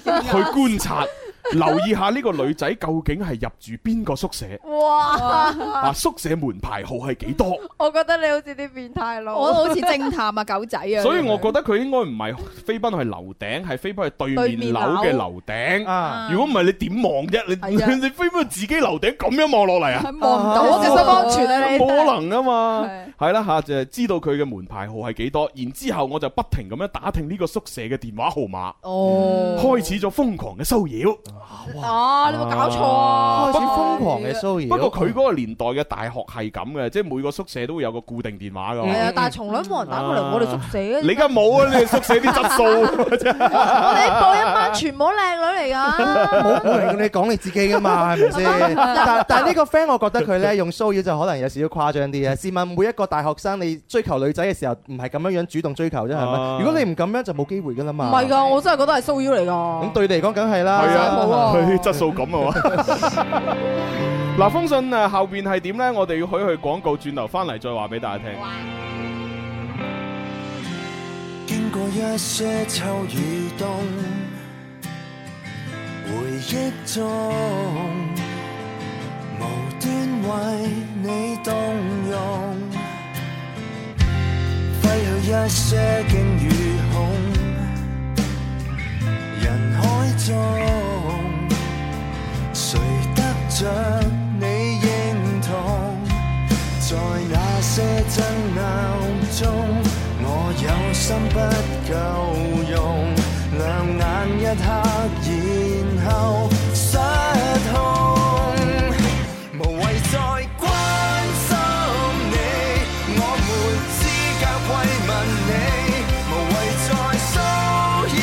S4: 觀察，留意下呢個女仔究竟係入住邊個宿舍，
S10: 哇！
S4: 啊宿舍門牌號係幾多？
S10: 我覺得你好似啲變態佬。
S5: 我好似偵探啊，狗仔啊。
S4: 所以我覺得佢應該唔係飛奔去樓頂，係飛奔去對面樓嘅樓頂。
S6: 啊，
S4: 如果唔係你點望啫？
S5: 係
S4: 你
S5: 啊
S4: 你飛奔去自己樓頂咁樣望落嚟啊？
S5: 望唔到
S10: 我
S5: 我嘅
S10: 嘅心
S5: 心
S10: 安
S5: 安
S10: 全
S5: 全啊！
S10: 啊你
S4: 冇可能啊嘛！
S5: 係
S4: 係啦嚇，就係知道佢嘅門牌號係幾多，然之後我就不停咁樣打聽呢個宿舍嘅電話號碼，
S10: 哦，
S4: 開始咗瘋狂嘅騷擾。
S10: 啊！你有冇搞錯啊？
S6: 開始哦瘋狂嘅騷擾。
S4: 不過佢嗰個年代嘅大學係咁嘅，即係每個宿舍都會有個固定電話
S10: 係
S4: 㗎。啊
S10: 啊，但係從來冇人打過嚟我哋宿舍嘅。
S4: 你而家冇啊！你哋宿舍啲質 素真係
S10: 我哋報一班全部都靚女嚟 㗎。
S6: 冇 冇人叫你講你自己噶嘛，係咪先？但但呢個 friend，我覺得佢咧用騷擾就可能有少少誇張啲啊。試問每一個大學生，你追求女仔嘅時候，唔係咁樣樣主動追求啫，係
S4: 啊
S6: 咪？如果你唔咁樣，就冇機會噶啦
S10: 唔
S6: 嘛。
S10: 啊係㗎，我真係覺得係騷擾嚟㗎。
S6: 咁對你嚟講，梗係啦。
S4: 係啊
S10: 冇啊
S4: 佢質素咁啊嘛。 嗱，封信啊，後邊係點呢？我哋要許去廣告，轉頭翻嚟再話俾大家聽。
S1: 經過
S2: 一些秋與冬，回憶中無端為你動容，揮去一些驚與恐，人海中誰得着你認同？在那些爭拗中，我有心不夠用，兩眼一黑，然後失控。無謂再關心你，我沒資格慰問你，無謂再騷擾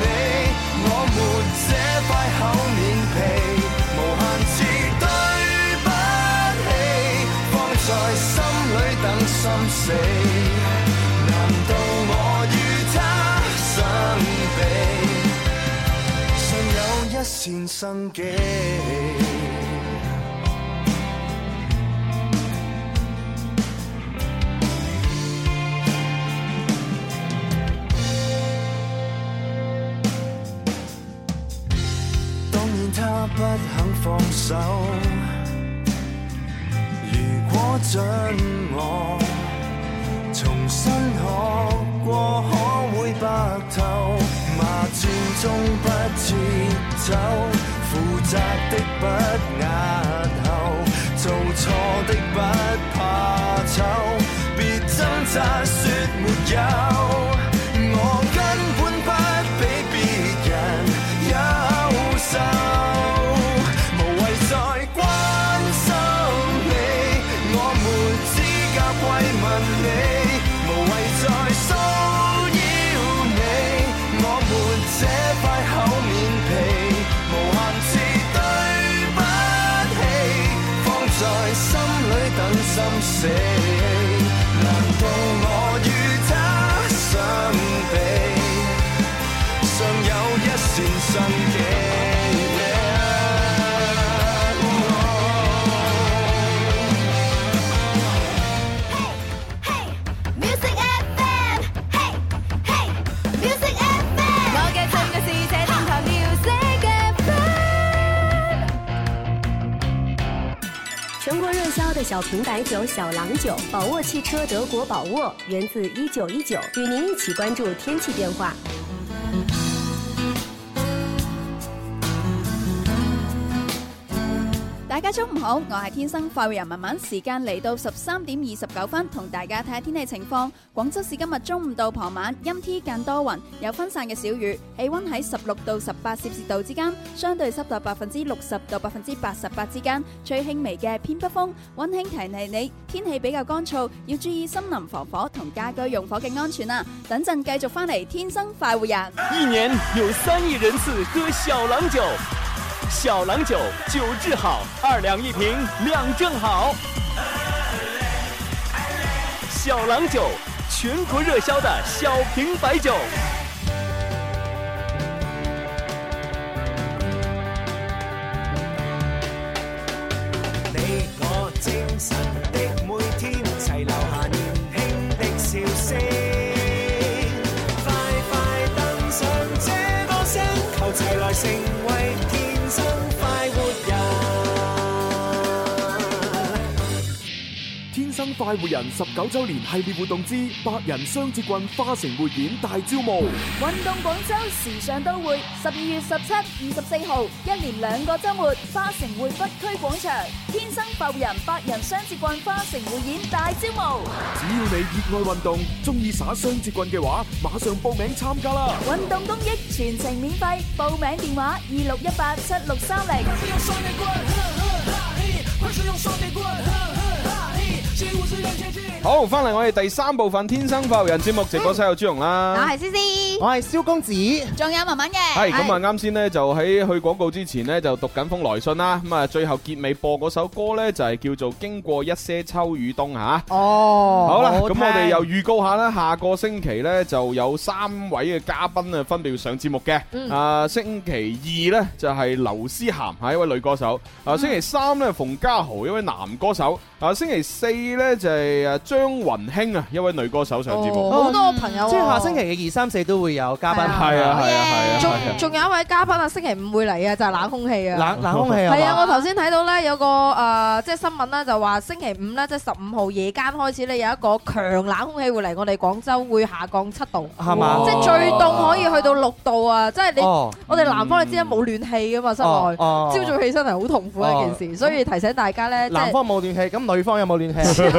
S2: 你，我沒這塊厚面皮，無限次對不起，放在心裏等心死。難道我與他相比，尚有一線生機？當然他不肯放手。如果准我重新學過，可會白頭？罵戰中不撤走，負責的不押後，做錯的不怕醜，別掙扎說沒有，我根本不比別人。優秀，無謂再關心你，我沒資格慰問你，無謂再騷擾你，我沒這塊厚面皮，無限次對不起，放在心裏等心死。難道我與他相比？尚有一線生機。
S11: Music FM，嘿嘿，Music FM，我嘅最愛是這電台 Music FM。
S14: 全国热销的小瓶白酒小郎酒，宝沃汽车德国宝沃，源自一九一九，与您一起关注天气变化。
S5: 大家中午好，我係天生快活人文文，時間嚟到十三點二十九分，同大家睇下天氣情況。廣州市今日中午到傍晚陰天間多雲，有分散嘅小雨，氣温喺十六到十八攝氏度之間，相對濕度百分之六十到百分之八十八之間，吹輕微嘅偏北風。温馨提提你，天氣比較乾燥，要注意森林防火同家居用火嘅安全啊！等陣繼續翻嚟，天生快活人。
S15: 一年有三亿人次喝小郎酒，小郎酒酒质好，二两一瓶，两正好。小郎酒，全国热销的小瓶白酒。
S2: 你我精神的每天，齊留下年輕的笑聲。快快登上這歌聲，求齊來成為天生快活人。
S13: 天生快活人十九周年系列活動之百人雙節棍花城匯演大招募，
S3: 運動廣州時尚都會，十二月十七、二十四號，一連兩個周末，花城匯北區廣場，天生浮人百人雙節棍花城匯演大招募。
S13: 只要你熱愛運動，中意耍雙節棍嘅話，馬上報名參加啦！
S3: 運動公益全程免費，報名電話二六一八七六三零。
S4: 好，翻嚟我哋第三部分《天生快活人》節目直播室有朱容啦。
S5: 思思，
S6: 我係蕭公子，
S5: 仲有文文嘅，
S4: 系咁啊！啱先呢，就喺去廣告之前呢，就讀緊封來信啦。咁啊，最後結尾播嗰首歌呢，就係叫做《經過一些秋與冬》吓。
S6: 哦
S4: 好啦，
S6: 好
S4: 咁我哋
S6: 聽
S4: 又預告下啦，下個星期呢，就有三位嘅嘉賓啊，分別要上節目嘅。
S6: 嗯
S4: 啊，星期二呢，就係劉思涵係一位女歌手，啊，星期三呢，馮家豪一位男歌手，啊，星期四次呢，就係誒張雲興啊，一位女歌手上節目，
S10: 好多朋友喎
S6: 即係下星期嘅二三四都會有嘉賓。
S4: 係啊係啊係啊
S10: 仲
S4: 係啊。
S10: 仲有一位嘉賓啊，星期五會嚟啊，就係冷空氣啊。
S6: 冷冷空氣係嘛
S10: 係啊，我頭先睇到咧有個誒，即係新聞咧就話星期五咧，即係十五號夜間開始咧有一個強冷空氣會嚟我哋廣州，會下降七度，
S6: 係
S4: 啊
S6: 嘛
S10: 即係最凍可以去到六度啊！即係你
S6: 哦
S10: 我哋南方你知啦，冇暖氣噶嘛，室
S6: 哦
S10: 內
S6: 哦
S10: 朝早起身係好痛苦嘅一件事，所以提醒大家咧，即
S6: 男
S10: 係
S6: 方冇暖氣，咁女方有冇暖 氣？啊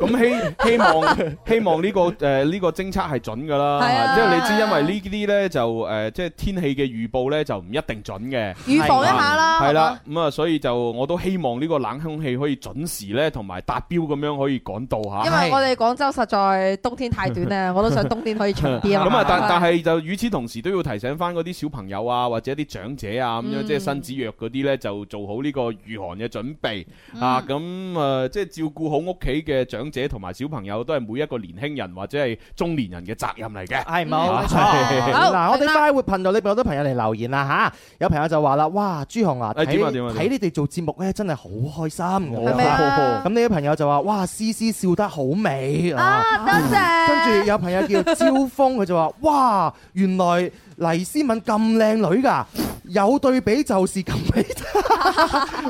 S4: 咁希希望 希望呢個誒呢個偵測係準㗎啦，
S10: 係啊
S4: 即係你知，因為呢啲咧就誒即係天氣嘅預報咧就唔一定準嘅，
S10: 預防一下啦
S4: 係
S10: 係
S4: 啦
S10: 嘛，
S4: 咁啊，所以就我都希望呢個冷空氣可以準時咧，同埋達標咁樣可以趕到嚇。
S10: 因為我哋廣州實在冬天太短 啊啦，我都想冬天可以長啲啊嘛。
S4: 咁啊，但但係就與此同時都要提醒翻嗰啲小朋友啊，或者啲長者啊，咁樣
S10: 嗯
S4: 即係身子弱嗰啲呢，就做好呢個御寒嘅準備啊。咁誒，即係照顧好屋企嘅長者同埋小朋友，都係每一個年輕人或者係中年人嘅責任嚟嘅。
S6: 係
S10: 嗯
S6: 冇錯。
S4: 啊
S6: 嗱，我哋快活頻道裏邊好多朋友嚟留言啦嚇，有朋友就話啦：，哇，朱紅啊，
S4: 誒點
S6: 睇
S4: 啊點啊點啊
S6: 睇你哋做節目咧，真係好開心。
S4: 係咪啊
S6: 咁呢啲朋友就話：，哇，思思笑得好美啊！
S10: 啊，多謝。
S6: 跟住有朋友叫招風，佢就話：，哇，原來黎思敏咁靚女㗎，有對比就是咁美。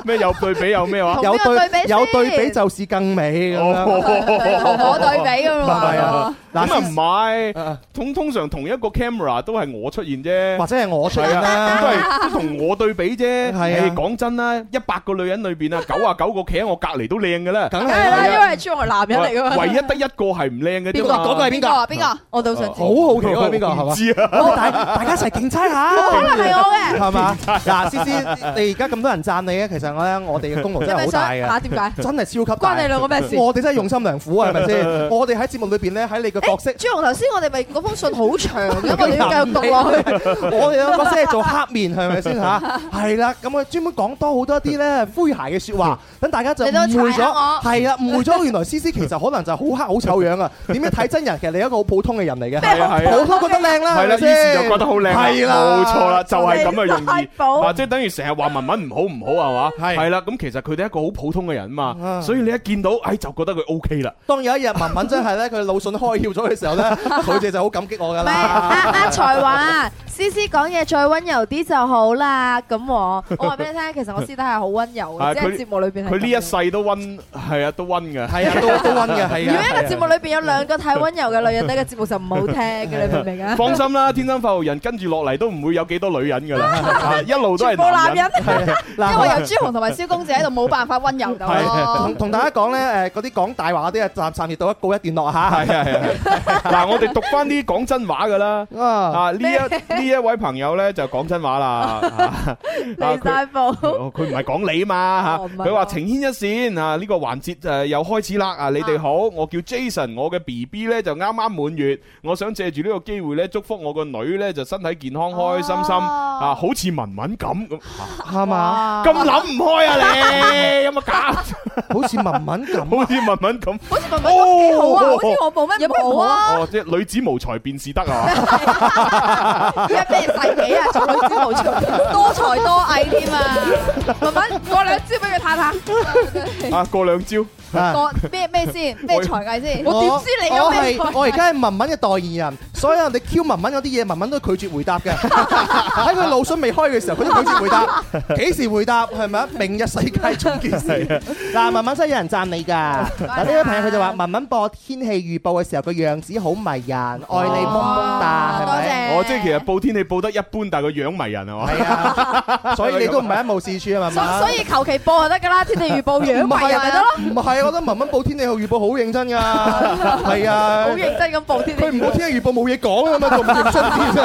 S4: 咩有對比有咩話？
S6: 有對有對比就是更美咁樣。
S4: 我
S10: 對比㗎嘛
S6: 係啊，嗱
S4: 咁啊唔係，通通常同一個 camera 都係我出現啫，
S6: 或者係我出現
S4: 係啊
S6: 啦
S4: 都係都同我對比啫。
S6: 係啊
S4: 誒講真啦，一百個女人裏邊啊，九啊九個企喺我隔離都靚嘅啦，
S6: 梗
S10: 梗係啦，因為朱紅係男人嚟噶嘛。
S4: 唯一得一個係唔靚嘅啫
S10: 邊
S4: 嘛。哦
S6: 嗰個係邊個
S10: 啊邊個？我都想知。
S6: 好好奇嗰個係邊個係
S4: 唔
S6: 嘛？
S4: 知 啊
S6: 我哋大大家一齊競猜下，
S10: 可能係我嘅
S6: 係嘛？
S4: 競猜
S6: 嗱，思思，你而家咁多人讚你咧，其實我咧，我哋嘅功勞真係好大
S10: 你
S6: 嘅。
S10: 咪想嚇點 解
S6: 真係超級大
S10: 關你兩個咩事
S6: 我哋真係用心良苦啊，係 咪先？我哋喺節目裏邊咧，喺你嘅角色
S10: 誒，朱紅頭先我哋咪嗰封信好長 嘅，
S4: 啊
S10: 我哋要繼續讀落去。
S6: 我哋兩個先係做黑面，係咪先 嚇？係啦，咁啊專門講多好多啲咧詼諧嘅説
S4: 嗯
S6: 話，等大家就
S10: 你都
S6: 誤會
S10: 踩下
S6: 咗
S10: 我，
S6: 係啦，誤會咗原來思思其實可能就好黑好醜樣啊！點樣睇真人，其實你係一個好普通嘅人嚟 嘅，
S4: 係啊係啊
S6: 普通覺得靚啦，
S4: 係啦，
S6: 咪
S4: 於
S6: 先
S4: 是就覺得好靚啦，
S6: 係啦，
S4: 冇錯啦，就係咁嘅
S10: 我哋
S4: 容
S10: 拉布
S4: 易，啊，即係等於成日話文文唔好唔好係嘛，
S6: 係
S4: 係啦，咁其實佢哋係一個好普通嘅人嘛，
S6: 啊
S4: 所以你一見到，哎就覺得佢 O K 啦。
S6: 當有一日文文真係咧，佢腦筍開竅咗嘅時 候咧，佢哋就好感激我㗎
S10: 唔係
S6: 啦。
S10: 啊啊才華啊，思思講嘢再温柔啲就好啦。咁我我話俾你聽，其實我私底下好温柔
S4: 係
S10: 嘅，即係節目裏邊係咁
S4: 佢呢一世都温，係啊都温嘅。
S6: 係啊，都都温嘅，係
S10: 如果
S6: 啊。
S10: 一個節目裏邊有兩個太温柔嘅女人，呢個節目就唔好聽嘅，你明唔明啊？
S4: 放心 啦，天生發號人跟住落嚟都唔會有幾多女人㗎啦，啊一路都係
S10: 全部男人
S4: 人。，
S10: 因為有朱紅同埋蕭公子喺度，冇辦法温柔到咯
S6: 同。同大家講咧，誒嗰啲講大話嗰啲啊，暫暫時到一告一段落嚇。
S4: 係係係。 嗱，我哋讀翻啲講真話㗎啦。
S6: 啊，
S4: 啊，呢一呢一位朋友咧就講真話 啦。啊
S10: 離晒步。
S4: 哦，佢唔係講你嘛
S10: 哦唔
S4: 嚇，
S10: 係喎
S4: 佢話情牽一線啊，呢個環節誒又開始啦啊！你哋好，我叫 Jason，我嘅 B B 呢就啱啱滿月，我想借住呢個機會呢，祝福我個女呢就身體健康，
S10: 哦
S4: 開開心心啊，好似文文咁咁啊
S6: 係嘛？
S4: 咁諗唔開啊你，有冇搞？
S6: 好似文文咁。
S4: 好似文文咁，
S10: 好似文文都幾好啊，好似我冇咩冇啊，
S4: 哦，即係女子無才便是德啊！
S10: 而家咩世紀啊，做女子無才，多才多藝添啊！文文過兩招俾佢睇下，
S4: 啊，過兩招，
S6: 啊
S10: 過咩咩先咩才藝先？我
S6: 我
S10: 點知你有咩
S6: 我係
S10: 才？
S6: 我而家係文文嘅代言人，所有你 Q 文文嗰啲嘢，文文都拒絕回 答嘅。喺佢腦筍未開嘅時候，佢都拒絕回答。幾時回答係咪啊？明日世界總件事。嗱，文文真係有人讚你㗎。嗱，呢位朋友佢就話：文文播天氣預報嘅時候，個樣子好迷人，愛你懵懵
S10: 哇
S6: 哒，係咪？
S10: 多謝。
S4: 哦，即係其實報天氣報得一般，但係個樣迷人係嘛？
S6: 係啊， 所以你都唔係一無是處啊，文
S10: 所
S6: 文。
S10: 所以求其播就得㗎啦，天氣預報樣
S6: 唔係
S10: 埋人咪得咯，
S6: 唔係，我覺得文文報天氣預報好認真 㗎，係啊
S10: 好。認真咁報天氣
S6: 佢唔
S10: 預
S6: 報
S10: 報。
S6: 天氣預報冇嘢講啊嘛，仲唔認真啲真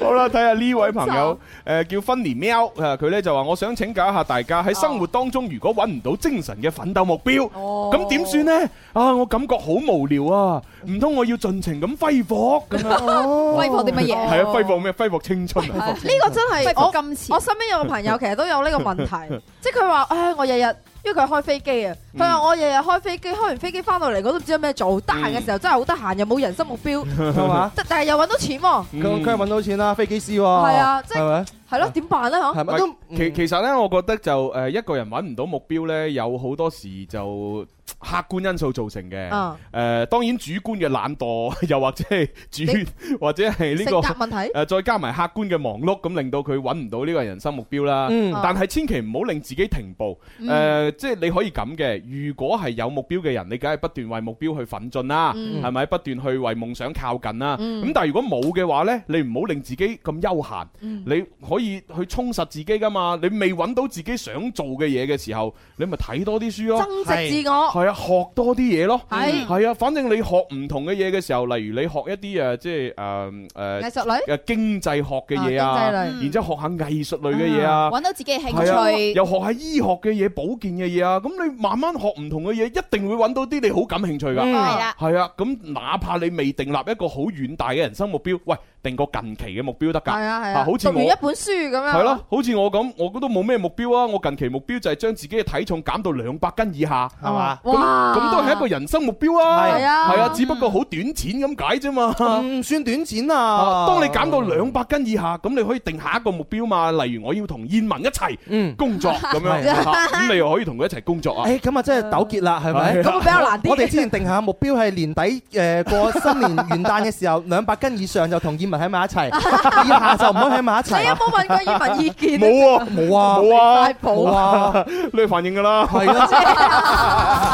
S4: 好啦，睇下呢位朋友，誒叫芬尼喵，誒佢咧就話：我想請教一下大家喺生活當中，如果揾唔到精神嘅奮鬥目標，咁點算呢？啊，我感覺好無聊啊！唔通我要盡情咁揮霍咁樣？
S5: 威迫啲乜嘢？
S4: 係啊，揮霍咩？揮霍青春啊！
S10: 呢個真係
S5: 揮霍
S10: 我
S5: 金錢
S10: 我身邊有個朋友其實都有呢個問 題，即係佢話：，唉，我日日，因為佢係開飛機啊，佢話我日日開飛機，開完飛機翻到嚟，我都唔知有咩做，得閒嘅時候真係好得閒，又冇 人生目標，
S6: 係嘛？
S10: 但但係又揾到錢喎。
S6: 佢佢係揾到錢啦，飛機師喎。
S10: 係啊即係
S6: 係咪？
S10: 係咯，點辦咧？嗬？
S4: 唔係
S6: 嗯
S4: 其
S10: 嗯
S4: 其實咧，我覺得就誒一個人揾唔到目標咧，有好多時就呃客觀因素造成嘅。
S10: 啊
S4: 誒當然主觀嘅懶惰， 又或者係主 或者係呢個
S10: 性格 問題
S4: 誒再加埋客觀嘅忙碌，咁令到佢揾唔到呢個人生目標啦。
S10: 嗯
S4: 但係千祈唔好令自己停步。
S10: 嗯
S4: 誒即係你可以咁嘅，如果係有目標嘅人，你梗係不斷為目標去奮進啦，
S10: 嗯
S4: 係咪不斷去為夢想靠近啦？
S10: 嗯
S4: 咁但係如果冇嘅話呢，你唔好令自己咁休閒。
S10: 嗯
S4: 你可以去充實自己噶嘛。你未揾到自己想做嘅嘢嘅時候，你咪睇多啲書咯，
S10: 增值自我
S4: 係啊，學多啲嘢咯，
S10: 係
S4: 係啊。反正你學唔同嘅嘢嘅時候，例如你學一啲呃誒，即係誒誒
S10: 藝術類
S4: 誒經濟學嘅嘢
S10: 啊
S4: 啊，
S10: 經濟類
S4: 然之後學下藝術類嘅嘢啊，
S5: 揾到自己嘅興
S4: 係啊
S5: 趣，
S4: 又學下醫學嘅嘢、保健嘅嘢啊，咁你慢慢學唔同嘅嘢，一定會揾到啲你好感興趣噶。
S5: 嗯係啦
S4: 係啊，咁哪怕你未定立一個好遠大嘅人生目標，喂，定個近期嘅目標得㗎。
S10: 係啊係
S4: 好
S10: 啊，
S4: 似
S10: 讀
S4: 我
S10: 完一本書咁
S6: 啊
S10: 樣。
S4: 係咯，好似我咁，我都冇咩目標啊。我近期目標就係將自己嘅體重減到兩百斤以下，係
S6: 嘛
S4: 咁
S10: 哇
S4: 咁都係一個人生目標啊。
S6: 係啊
S4: 係啊，只不過好短淺咁解啫嘛。
S6: 嗯唔算短淺啊！
S4: 啊當你減到兩百斤以下，咁你可以定下一個目標嘛。例如我要同燕文一
S6: 嗯
S4: 齊工 作咁樣，
S6: 係
S4: 啊咁你又可以同佢一齊工作 啊。
S6: 誒咁啊，真係糾結啦，係咪？啊
S4: 係啊
S3: 啊
S4: 咁比較難啲
S6: 我哋之前定下目標係年底誒過新年元旦嘅時候， 兩百斤以上就同葉文喺埋一齊，以下就唔好喺埋一齊。
S10: 你有冇問過葉文意
S6: 哎
S10: 見？
S4: 冇啊，
S6: 冇啊，
S4: 冇 啊，
S6: 冇啊，
S4: 你去反應㗎啦。
S6: 係啊，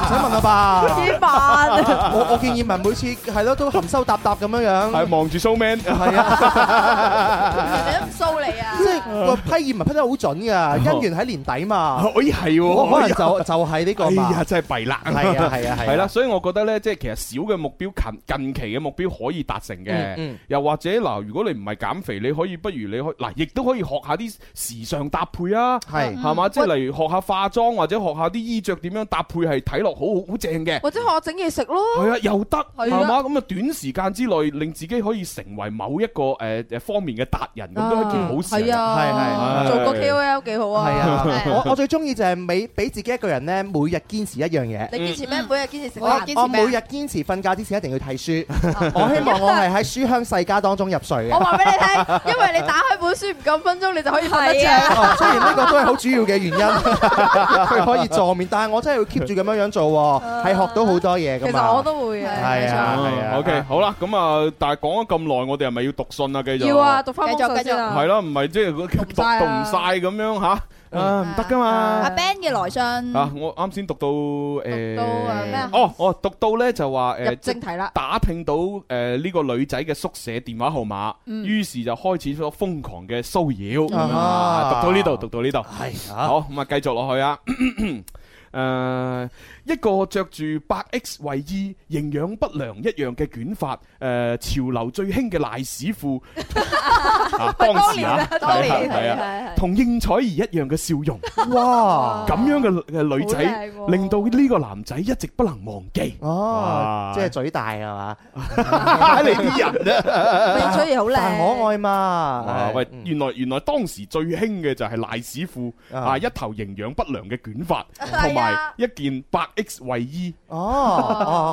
S6: 唔使問啦吧？
S10: 葉文
S6: 我我見葉文每次係咯都含羞答答咁樣 樣。
S4: 係望住 showman。
S6: 係啊。
S10: 你都唔騷你啊！
S6: 即係我批葉文批得好準㗎，姻緣喺年底嘛。
S4: 可以哎係喎，
S6: 可能就就係呢個嘛
S4: 哎呀，。真係弊啦！
S6: 係啊係啊係啊
S4: 係啦，所以我覺得呢，即係其實小嘅目標近近期嘅目標可以達成
S6: 嗯
S4: 嘅
S6: 嗯，
S4: 又或者嗱，如果你唔係減肥，你可以不如你可嗱，亦都可以學下啲時尚搭配啊，
S6: 係
S4: 係嘛，即係例如學下化妝或者學下啲衣着點樣搭配係睇落好好好正嘅。
S10: 或者學我整嘢食咯。
S4: 係啊，又得
S10: 係
S4: 係
S10: 啊
S4: 嘛，咁啊短時間之內令自己可以成為某一個誒誒方面嘅達人，咁都係一件好事嚟㗎。
S10: 係啊，
S4: 係係
S10: 做個
S4: 係
S10: KOL 幾好啊！
S6: 係啊，我我最中意就係每俾自己一個人咧，每日堅持一樣嘢。
S10: 你堅持咩？每日堅持食
S6: 我
S10: 飯。
S6: 我每日堅持瞓覺之前一定要睇書， 我希望我係喺書香世家當中入睡
S10: 我
S6: 嘅。
S10: 話俾你 聽，因為你打開本書唔夠五分鐘，你就可以瞓得着。
S6: 哦雖然呢個都係好主要嘅原因， 佢可以助眠，但係我真係要 keep 住咁樣樣做喎，係學到好多嘢
S10: 其
S6: 噶
S10: 實我
S6: 嘛。
S10: 都會嘅。
S6: 係啊係啊
S4: o k 好啦，咁啊，但係講咗咁耐，我哋係咪要讀信啊？繼續
S10: 要啊，讀翻
S5: 繼
S10: 網
S5: 續
S10: 上先啊。
S4: 係啦，唔係即係讀 讀讀
S10: 晒
S4: 唔
S10: 啊嗯
S4: 晒咁樣吓，啊唔得噶
S5: 阿
S4: 嘛。
S5: Ben 嘅來信，
S4: 啊！我啱先讀到誒，
S10: 到啊咩啊
S4: 哦哦，讀到咧就話
S10: 入
S4: 誒，
S10: 正題啦。
S4: 打聽到誒呢個女仔嘅宿舍電話號碼，
S10: 嗯
S4: 於是就開始咗瘋狂嘅騷擾。咁樣啊
S6: 啊
S4: 讀到呢度，讀到呢度。
S6: 係啊，
S4: 好，咁啊繼續落去啊。 誒、一個着住白 X 衞衣、營養不良一樣嘅捲髮，誒、呃潮流最興嘅賴屎褲， 啊當時啊，
S10: 當年
S4: 係啊，係啊同應采兒一樣嘅笑容，
S6: 哇！
S4: 咁樣嘅嘅女
S10: 好
S4: 仔
S10: 靚，喎
S4: 令到呢個男仔一直不能忘記。
S6: 哦
S4: 哇，
S6: 即係嘴大係嘛？
S4: 你啲人啊！
S10: 泳嘴兒好
S6: 但係可
S10: 靚，
S6: 愛嘛？
S4: 哇！喂，
S6: 嗯
S4: 原來原來當時最興嘅就係賴屎褲
S6: 啊
S4: 啊，一頭營養不良嘅捲髮，
S10: 啊
S4: 同埋一件白 X 衞衣。
S6: 哦，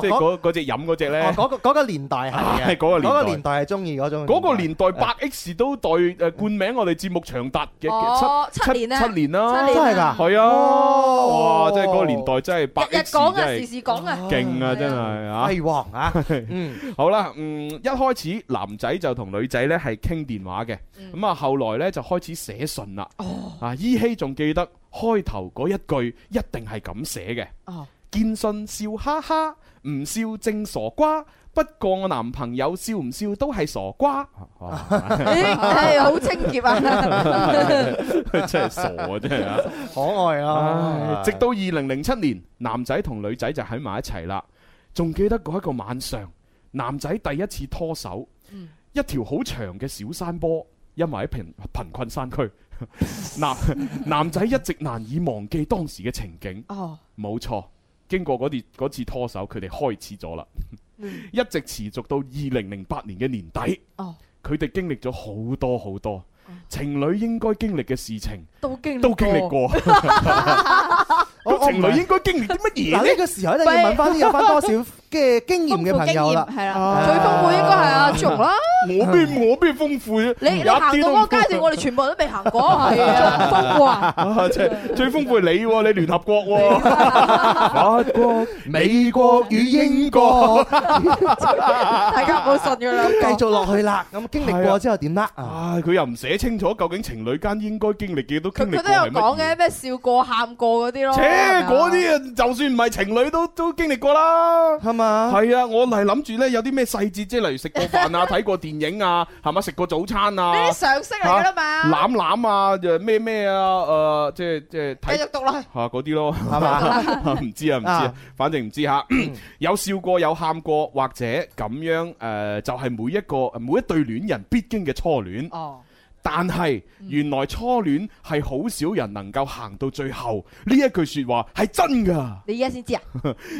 S6: 哦
S4: 即係嗰嗰只飲嗰只
S6: 哦
S4: 咧，
S6: 嗰個嗰個年代係嘅
S4: 係嗰個年代
S6: 嗰個年代係中意嗰種。
S4: 嗰個年代百 X 都代誒冠名我哋節目長達嘅
S10: 哦
S4: 七
S10: 七年啊
S4: 七年啦，
S10: 七
S6: 真
S10: 年
S6: 係㗎。
S4: 係啊，
S6: 哦
S4: 哇！真係嗰個年代真係百
S10: 日日
S4: X
S10: 講啊，
S4: 真
S10: 時
S4: 係
S10: 時講啊。
S4: 勁啊，真 係啊！
S6: 輝煌啊！嗯，
S4: 好啦，嗯，一開始男仔就同女仔呢係傾電話嘅，
S10: 嗯
S4: 咁啊後來呢就開始寫信啦。
S10: 哦
S4: 啊，依稀仲記得開頭嗰一句一定係咁寫嘅。
S10: 哦，
S4: 見信笑哈哈，唔笑正傻瓜。不過我男朋友笑唔笑都係傻瓜，
S6: 哦
S10: 咦係好清潔啊！
S4: 真係傻啊！真係啊！
S6: 可愛啊
S4: 唉！直到二零零七年，男仔同女仔就喺埋一齊啦。仲記得嗰一個晚上，男仔第一次拖手，
S10: 嗯
S4: 一條好長嘅小山坡，因為喺貧貧困山區， 男男仔一直難以忘記當時嘅情景。
S10: 哦，
S4: 冇錯，經過嗰次嗰次拖手，佢哋開始咗啦，
S10: 嗯
S4: 一直持續到二零零八年嘅年底。
S10: 哦
S4: 佢哋經歷咗好多好多情侶應該經歷嘅事情，
S10: 都經
S4: 都經歷。過。
S6: 我
S4: 咁情侶應該經歷啲乜嘢
S6: 嗱
S4: 呢？
S6: 呢個時候一定要問翻啲有翻多少嘅經驗嘅朋友啦。
S5: 係啦，
S10: 最豐富應該係阿朱紅啦，
S4: 我邊我邊豐富啫，
S10: 你你行到嗰個階段，我哋全部人都未行 過，係啊，仲豐富啊！
S4: 啊！即係最豐富係你喎，你聯合國 喎，法國、美國與英國，
S10: 大家唔好信㗎啦。
S6: 繼續落去啦。咁經歷過之後點啦？
S4: 啊，佢又唔寫清楚究竟情侶間應該經歷幾多經歷過
S10: 佢都有
S4: 係乜
S10: 講
S4: 嘢？
S10: 嘅，咩笑過、喊過嗰啲咯。
S4: 切，嗰啲啊，就算唔係情侶都都經歷過啦，
S6: 係嘛？
S4: 係啊，我係諗住咧有啲咩細節，即係例如食過飯 啊、睇過電影啊，係嘛，食過早餐啊，
S10: 呢啲常識嚟㗎啦嘛
S4: 嚇攬攬啊，誒咩咩啊，誒即係即係睇
S10: 繼續讀落去。
S4: 吓嗰啲 咯，
S6: 係嘛
S4: 唔知啊，唔知啊
S6: 啊，
S4: 反正唔知吓。有笑過，有喊過，或者咁樣诶，呃就係每一個每一對戀人必經嘅初戀。
S10: 哦。
S4: 但係
S10: 嗯
S4: 原來初戀係好少人能夠行到最後，呢一句说話係真 㗎。
S10: 你而家先知啊？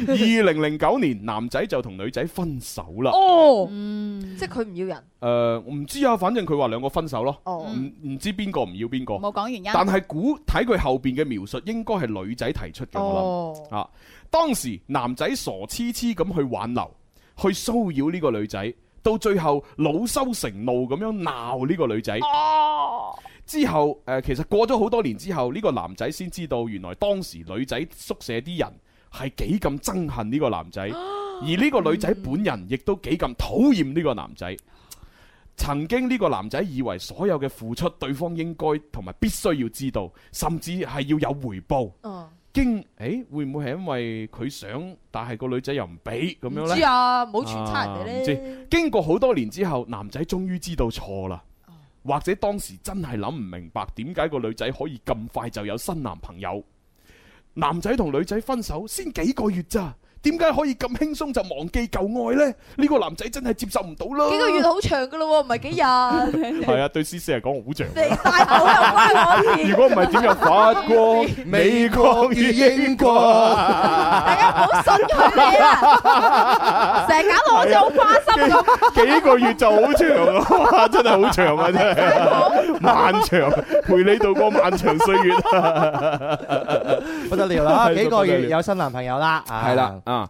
S4: 二零零九年，男仔就同女仔分手啦。
S10: 哦，即係佢唔要人。
S4: 诶、我唔知啊，反正佢話兩個分手咯。唔唔知邊個唔要邊個。
S5: 冇講原因。
S4: 但係估睇佢後邊嘅描述，應該係女仔提出嘅，我諗啊。當時男仔傻痴痴咁去挽留，去騷擾呢個女仔，到最後惱羞成怒咁樣鬧呢個女仔。之後誒、呃其實過咗好多年之後，呢、個男仔先知道原來當時女仔宿舍啲人係幾咁憎恨呢個男仔，而呢個女仔本人亦都幾咁討厭呢個男仔。曾經呢個男仔以為所有嘅付出，對方應該同埋必須要知道，甚至係要有回報。
S10: 嗯，
S4: 經誒、欸、會唔會係因為佢想，但係個女仔又唔俾咁樣呢？
S10: 知啊，唔好揣測人哋
S4: 啊唔
S10: 咧。
S4: 知經過好多年之後，男仔終於知道錯啦，
S10: 哦
S4: 或者當時真係諗唔明白點解個女仔可以咁快就有新男朋友。男仔同女仔分手先幾個月咋，點解可以咁輕鬆就忘記舊愛呢？呢、個男仔真係接受唔到啦。
S10: 幾個月好長㗎咯喎，唔係幾日。
S4: 係啊，對思思嚟講好像。啊
S10: 你帶帽又關我事。
S4: 如果唔係點有法 國、美國與英國？
S10: 大家唔好信佢哋啊！成日搞到我好似好花心咁。
S4: 幾個月就好長 啊！真係好長啊！真係漫長，陪你度過漫長歲月。
S6: 不得了 啦！幾個
S4: 不得
S6: 月
S4: 了
S6: 有新男朋友啦，
S4: 係啦， 啊！二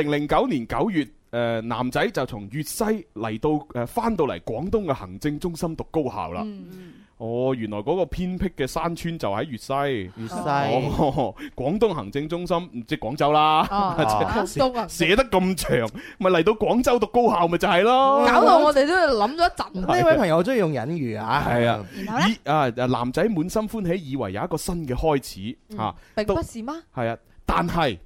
S4: 零零九年九月。誒、男仔就從粵西嚟到誒翻、到嚟廣東嘅行政中心讀高校啦。
S6: 嗯
S4: 哦，原來嗰個偏僻嘅山村就喺粵西。
S6: 粵西
S4: 哦，廣東行政中心唔即係廣州 啦。
S10: 哦
S4: 寫
S10: 廣東行政
S4: 寫得咁長，咪嚟到廣州讀高校咪就係咯。
S10: 搞到我哋都諗咗一陣。
S6: 呢位朋友好中意用隱喻啊，
S4: 係啊，以啊男仔滿心歡喜，以為有一個新嘅開始
S6: 嗯
S4: 啊嚇，
S10: 並不是嗎？
S4: 係啊，但 係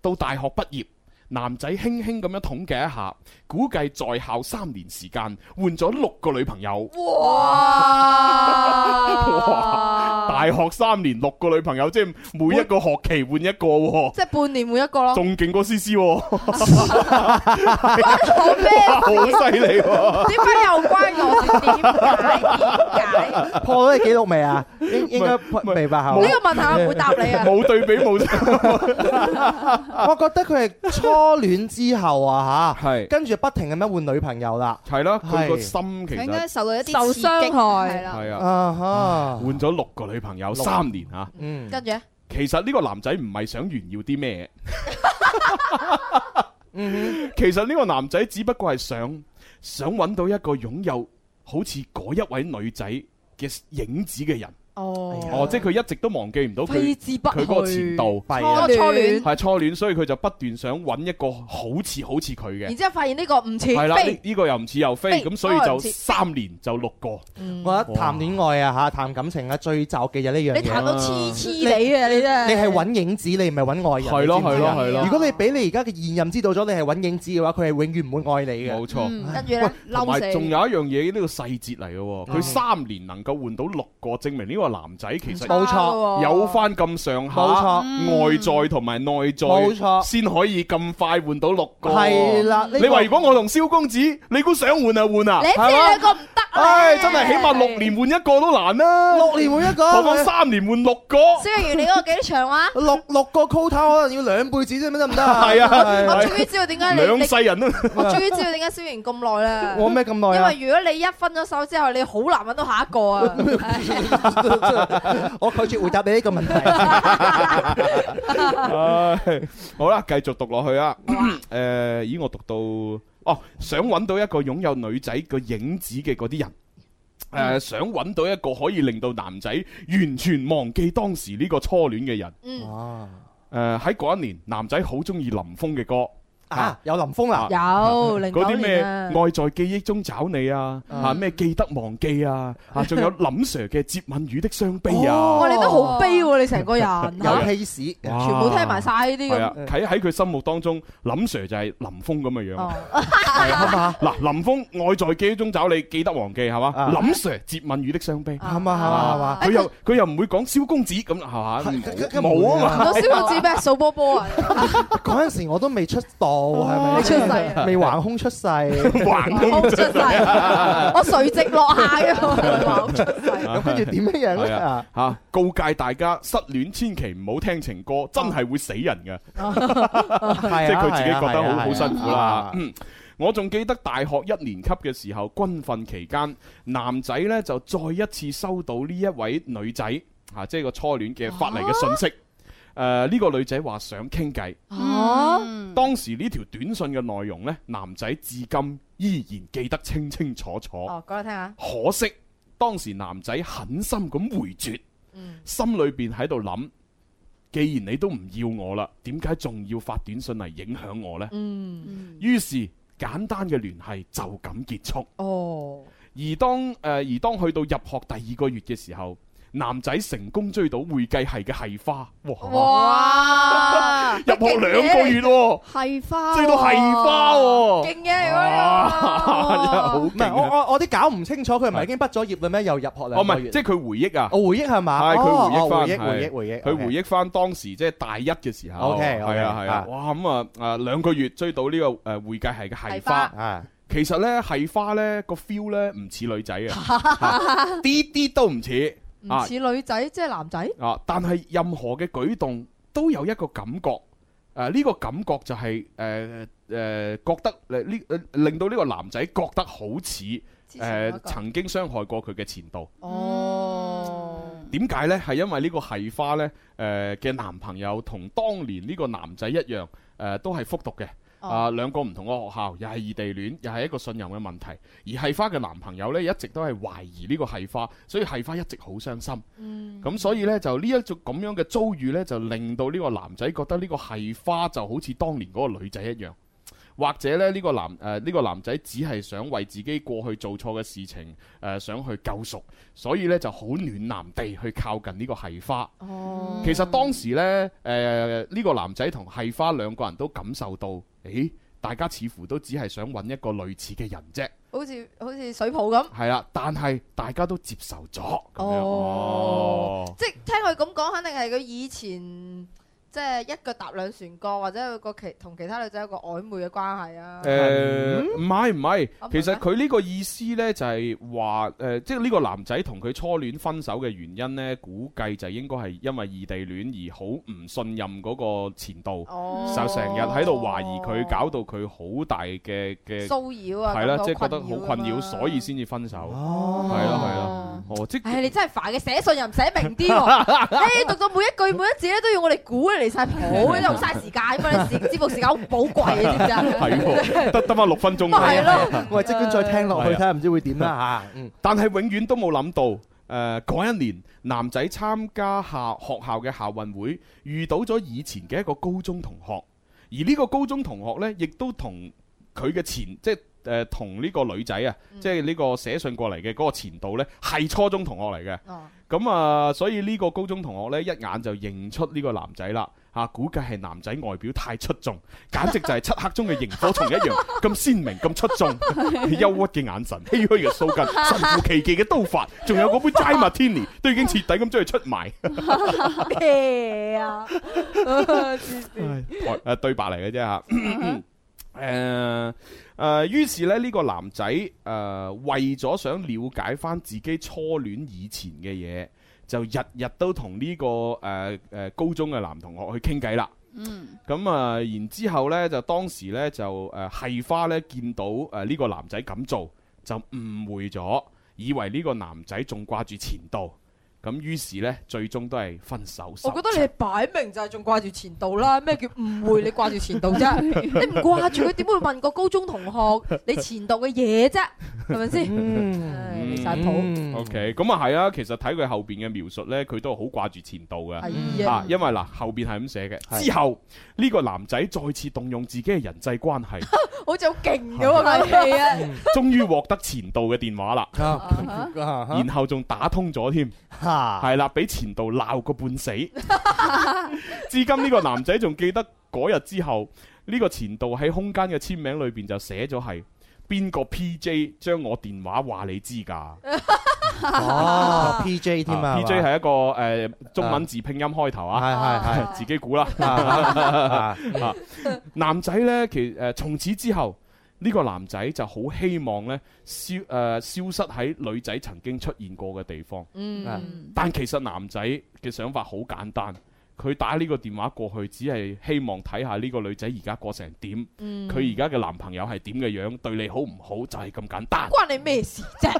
S4: 到大學畢業。男仔輕輕咁樣統計一下，估計在校三年時間換咗六個女朋友。 哇！大學三年六個女朋友，即係每一個學期換一個喎，
S10: 即係半年換一個咯。
S4: 仲勁過思思喎，
S10: 好咩？
S4: 好犀利喎！
S10: 點解又關我事？點解？點解？
S6: 破咗啲記錄未啊？應應該破未吧？係嘛
S10: 呢個問題我唔會答你啊。
S4: 冇對比冇，
S6: 我覺得佢係初戀之後啊吓，
S4: 係
S6: 跟住不停咁樣換女朋友啦，
S4: 係啦，佢個
S6: 係
S4: 心 其
S5: 佢應
S4: 實啊
S5: 該受到一啲
S10: 受
S5: 刺激
S10: 傷害
S5: 係啦。
S4: 係啊，
S6: 啊哈，
S4: 換咗六個女朋友
S6: 六
S4: 三年啊。
S6: 嗯，
S10: 跟住咧
S4: 其實呢個男仔唔係想炫耀啲咩，其實呢個男仔只不過係想想揾到一個擁有好似嗰一位女仔嘅影子嘅人。
S10: 哦，
S4: 哦，即係佢一直都忘記唔到
S10: 揮
S4: 佢
S10: 之不去。
S4: 佢嗰個前度
S6: 弊
S10: 初
S6: 啊，
S10: 戀，
S4: 係初戀，所以佢就不斷想揾一個好似好似佢
S10: 然
S4: 嘅。
S10: 之後發現呢個唔似
S4: 係啦，呢
S10: 非。
S4: 呢個又唔似又非，
S10: 非
S4: 咁所以
S10: 嗰個
S4: 就
S10: 唔似
S4: 三年就六個。
S6: 我覺得談戀愛啊吓，談感情啊最就嘅嘢呢樣
S10: 你談
S6: 嘢。
S10: 到黐黐你啊！你真係
S6: 你係揾影子，你唔係揾愛人。
S4: 係咯
S6: 你知唔知啊
S4: 係咯係咯
S6: 如果你俾你而家嘅現任知道咗你係揾影子嘅話，佢係永遠唔會愛你嘅。
S4: 冇錯。
S10: 跟住咧
S4: 同埋
S10: 嗯嬲死嗯
S4: 仲有一樣嘢，呢個細節嚟嘅喎，佢三年能夠換到六個，證明呢個男仔其實
S6: 冇錯，
S4: 有翻咁上下，
S6: 冇錯
S4: 外在同埋內在，
S6: 冇錯
S4: 先可以咁快換到六個。
S6: 係啦。呢個
S4: 你話如果我同蕭公子，你估想換就換啊？
S10: 你知你兩個唔得啊！
S4: 唉，真係起碼六年換一個都難啦，
S6: 六年換一個
S4: 何況三年換六個？
S10: 蕭若元，你嗰個幾多長話？
S6: 六六個 quota 可能要兩輩子啫，得唔得 啊？
S4: 係啊
S6: 係
S10: 我終於知道點解你
S4: 兩
S10: 你
S4: 世人都啊
S10: 我終於知道點解蕭然咁耐啦。
S6: 我咩咁耐
S10: 因
S6: 啊？
S10: 為如果你一分咗手之後，你好難揾到下一個 啊！
S6: 我拒絕回答你呢 個問題。
S4: 唉好啦，繼續讀落去啊。誒，咦，我讀到哦，想揾到一個擁有女仔個影子嘅嗰啲人。誒、想揾到一個可以令到男仔完全忘記當時呢個初戀嘅人。
S6: 啊
S10: 嗯
S4: 哇！誒喺嗰一年，男仔好中意林峰嘅歌。
S6: 啊，有林峰啦，
S10: 有零
S4: 嗰
S10: 九
S4: 啲咩
S10: 年啊，
S4: 愛在記憶中找你啊，啊咩記得忘記啊，啊仲有林 Sir 嘅接吻魚的傷悲啊，
S10: 哦哇！你都好悲喎，你成 個人
S6: 哦有氣市，
S4: 哇
S10: 全部聽埋晒呢啲
S4: 係啊
S10: 咁，，
S4: 喺喺佢心目當中，林 Sir 就係林峰咁嘅樣
S10: 哦。
S6: 啱啊，
S4: 嗱，林峰愛在記憶中找你，記得忘記係嘛？林 Sir 接吻魚的傷悲，
S6: 啱啊，啱啊，啱啊。
S4: 佢又佢又唔會講蕭公子咁係嘛？冇
S6: 佢
S4: 冇啊 嘛
S10: 我燒個字咩？數波波 啊！
S6: 嗰陣時我都未出道，係咪？
S10: 哦未出世啊
S6: 未橫空出 世。
S4: 橫
S10: 我唔出世，我垂直落下嘅，我唔出 世。
S6: 咁跟住點樣樣
S4: 係
S6: 咧？
S4: 啊
S6: 啊，
S4: 嚇告戒大家失戀千祈唔好聽情歌，真係會死人嘅。
S6: 係
S4: 即係佢自己覺得
S6: 係
S4: 好
S6: 啊
S4: 好辛苦
S6: 係
S4: 啦
S6: 啊。
S4: 嗯我仲記得大學一年級嘅時候，軍訓期間，男仔呢就再一次收到呢一位女仔啊，即係個初戀嘅發嚟嘅信息。誒呢、個女仔話想傾偈，
S10: 哦，
S4: 當時呢條短信嘅內容呢，男仔至今依然記得清清楚楚。
S10: 哦，講嚟聽下。
S4: 可惜當時男仔狠心咁回絕，心裏邊喺度諗：既然你都唔要我啦，點解仲要發短信嚟影響我呢？
S10: 嗯，
S4: 於是簡單嘅聯繫就咁結束。
S10: 哦，
S4: 而當誒、呃而當去到入學第二個月嘅時候，男仔成功追到會計系嘅系花，哇！
S10: 哇！
S4: 入學兩個月喎、
S5: 係花
S4: 追到系花喎、
S10: 勁嘅，如果
S4: 哇
S10: 你
S6: 唔係我我我啲搞唔清楚，佢唔係已經畢咗業嘞咩？又入學
S4: 哦，唔
S6: 兩個
S4: 係，
S6: 月
S4: 即。係佢回憶啊。
S6: 我回憶係嘛？
S4: 係佢
S6: 哦
S4: 回憶
S6: 哦
S4: 翻，
S6: 回憶回
S4: 係
S6: 憶回憶，
S4: 佢回憶翻當時即係大一嘅時候。
S6: OK，OK，
S4: 係啊係啊
S6: 啊，
S4: 哇咁啊啊兩個月追到呢個誒會計系嘅系
S10: 係花
S4: 花。
S6: 啊，
S4: 其實呢，系花呢個 feel 呢唔似女仔啊， 啲啲都唔似
S10: 唔
S4: 啊
S10: 似女仔，即係男仔。
S4: 啊！但係任何嘅舉動都有一個感覺。誒呢個感覺就係誒誒覺得誒呢誒令到呢個男仔覺得好似誒、
S10: 前嗰個
S4: 曾經傷害過佢嘅前度。
S10: 哦，
S4: 點解呢？係因為呢個系花呢誒嘅男朋友同當年呢個男仔一樣，誒、呃都係復讀嘅。
S10: 哦
S4: 啊，兩個唔同嘅學校，又係異地戀，又係一個信任嘅問題。而系花嘅男朋友呢，一直都係懷疑呢個系花，所以系花一直好傷心。
S10: 嗯，
S4: 咁所以呢，就呢一種咁樣嘅遭遇呢，就令到呢個男仔覺得呢個系花就好似當年嗰個女仔一樣。或者咧，呢個男誒呢、個男仔只係想為自己過去做錯嘅事情誒、呃想去救贖，所以呢就好暖男地去靠近呢個系花。
S10: 哦，
S4: 其實當時呢，誒、呢、個男仔同系花兩個人都感受到，誒大家似乎都只係想揾一個類似嘅人啫，
S10: 好似好似水泡咁。
S4: 係啦，但係大家都接受咗咁樣。
S10: 哦
S4: 哦
S10: 即係聽佢咁講，肯定係佢以前即係一腳踏兩船過，或者佢個其同其他女仔有個曖昧嘅關係啊。
S4: 誒唔係唔係
S10: 啊唔係，
S4: 其實
S10: 咩
S4: 佢呢個意思呢，就係話誒，即係呢個男仔同佢初戀分手嘅原因呢，估計就應該係因為異地戀而好唔信任嗰個前度，
S10: 哦，
S4: 就成日喺度懷疑佢，搞到佢好大嘅嘅
S10: 騷擾啊，
S4: 係啦，
S10: 感
S4: 即係覺得
S10: 到困擾
S4: 好
S10: 啊嘛
S4: 困擾，所以。先至分手。
S6: 哦，
S4: 係啦係啦，哦，即
S10: 唉，你真係煩嘅，寫信又唔寫明 啲喎，你讀到每一句每一字咧都要我哋估你離晒譜，你又好嘥時間咁啊！你時節目時間好寶貴，你知唔知啊？
S4: 係喎，得得翻六分鐘
S10: 咪係
S4: 啫。
S10: 咯，
S6: 我係即管再聽落去
S4: 係啊
S6: 睇下，唔知會點啦嚇。嗯
S4: 但係永遠都冇諗到，誒、嗰一年男仔參加校學校嘅校運會，遇到咗以前嘅一個高中同學，而呢個高中同學呢，亦都同佢嘅前即係。誒同呢個女仔啊，即係呢個寫信過嚟嘅嗰個前度呢，係初中同學嚟嘅。
S10: 哦
S4: 咁啊，所以呢個高中同學呢，一眼就認出呢個男仔啦。嚇、估計係男仔外表太出眾，簡直就係漆黑中嘅螢火蟲一樣，咁鮮明、咁出眾，憂鬱嘅眼神、唏噓嘅鬚根、神乎其技嘅刀法，仲有嗰杯 Dry Martini，都已經徹底咁將佢出埋。
S10: 咩啊？
S4: 哦台 誒、呃、對白嚟嘅啫嚇。
S10: 嗯
S4: 誒誒，於是咧呢、呢個男仔誒、呃、為咗想了解翻自己初戀以前嘅嘢，就日日都同呢、個誒誒、呃高中嘅男同學去傾偈啦。
S5: 嗯，
S4: 咁啊，然之後呢，就當時呢，就誒係花呢見到誒呢個男仔咁做，就誤會咗，以為呢個男仔仲掛住前度。咁於是呢，最終都係分手收
S10: 我覺得你擺明就係仲掛住前度啦，咩叫誤會？你掛住前度 啫，你唔掛住佢點會問個高中同學你前度嘅嘢啫？係 咪先？唉離晒譜。
S4: O K，咁啊係啊，其實睇佢後邊嘅描述呢，佢都係好掛住前度嘅。
S10: 係啊
S4: 啊，因為嗱後邊係咁寫嘅，之後呢個男仔再次動用自己嘅人際關 係，
S10: 好似好勁嘅喎，佢 戲啊！
S4: 終於獲得前度嘅電話啦，然後仲打通咗添，係啦，俾前度鬧個半死。 至今呢個男仔仲記得嗰日之後，呢、個前度喺空間嘅簽名裏邊就寫咗係邊個 PJ 將我電話話你知㗎。
S6: 哦，PJ 添啊
S4: P J 係一個誒中文字拼音開頭 啊，係係係自己估啦。啊
S6: 啊
S4: 男仔呢，其誒從此之後，呢個男仔就好希望呢消誒消失喺女仔曾經出現過嘅地方。
S10: 嗯
S4: 啊但其實男仔嘅想法好簡單。佢打呢個電話過去，只係希望睇下呢個女仔而家過成點，
S10: 嗯
S4: 佢而家嘅男朋友係點嘅樣，對你好唔好，就係咁簡單。
S10: 關你咩事啫？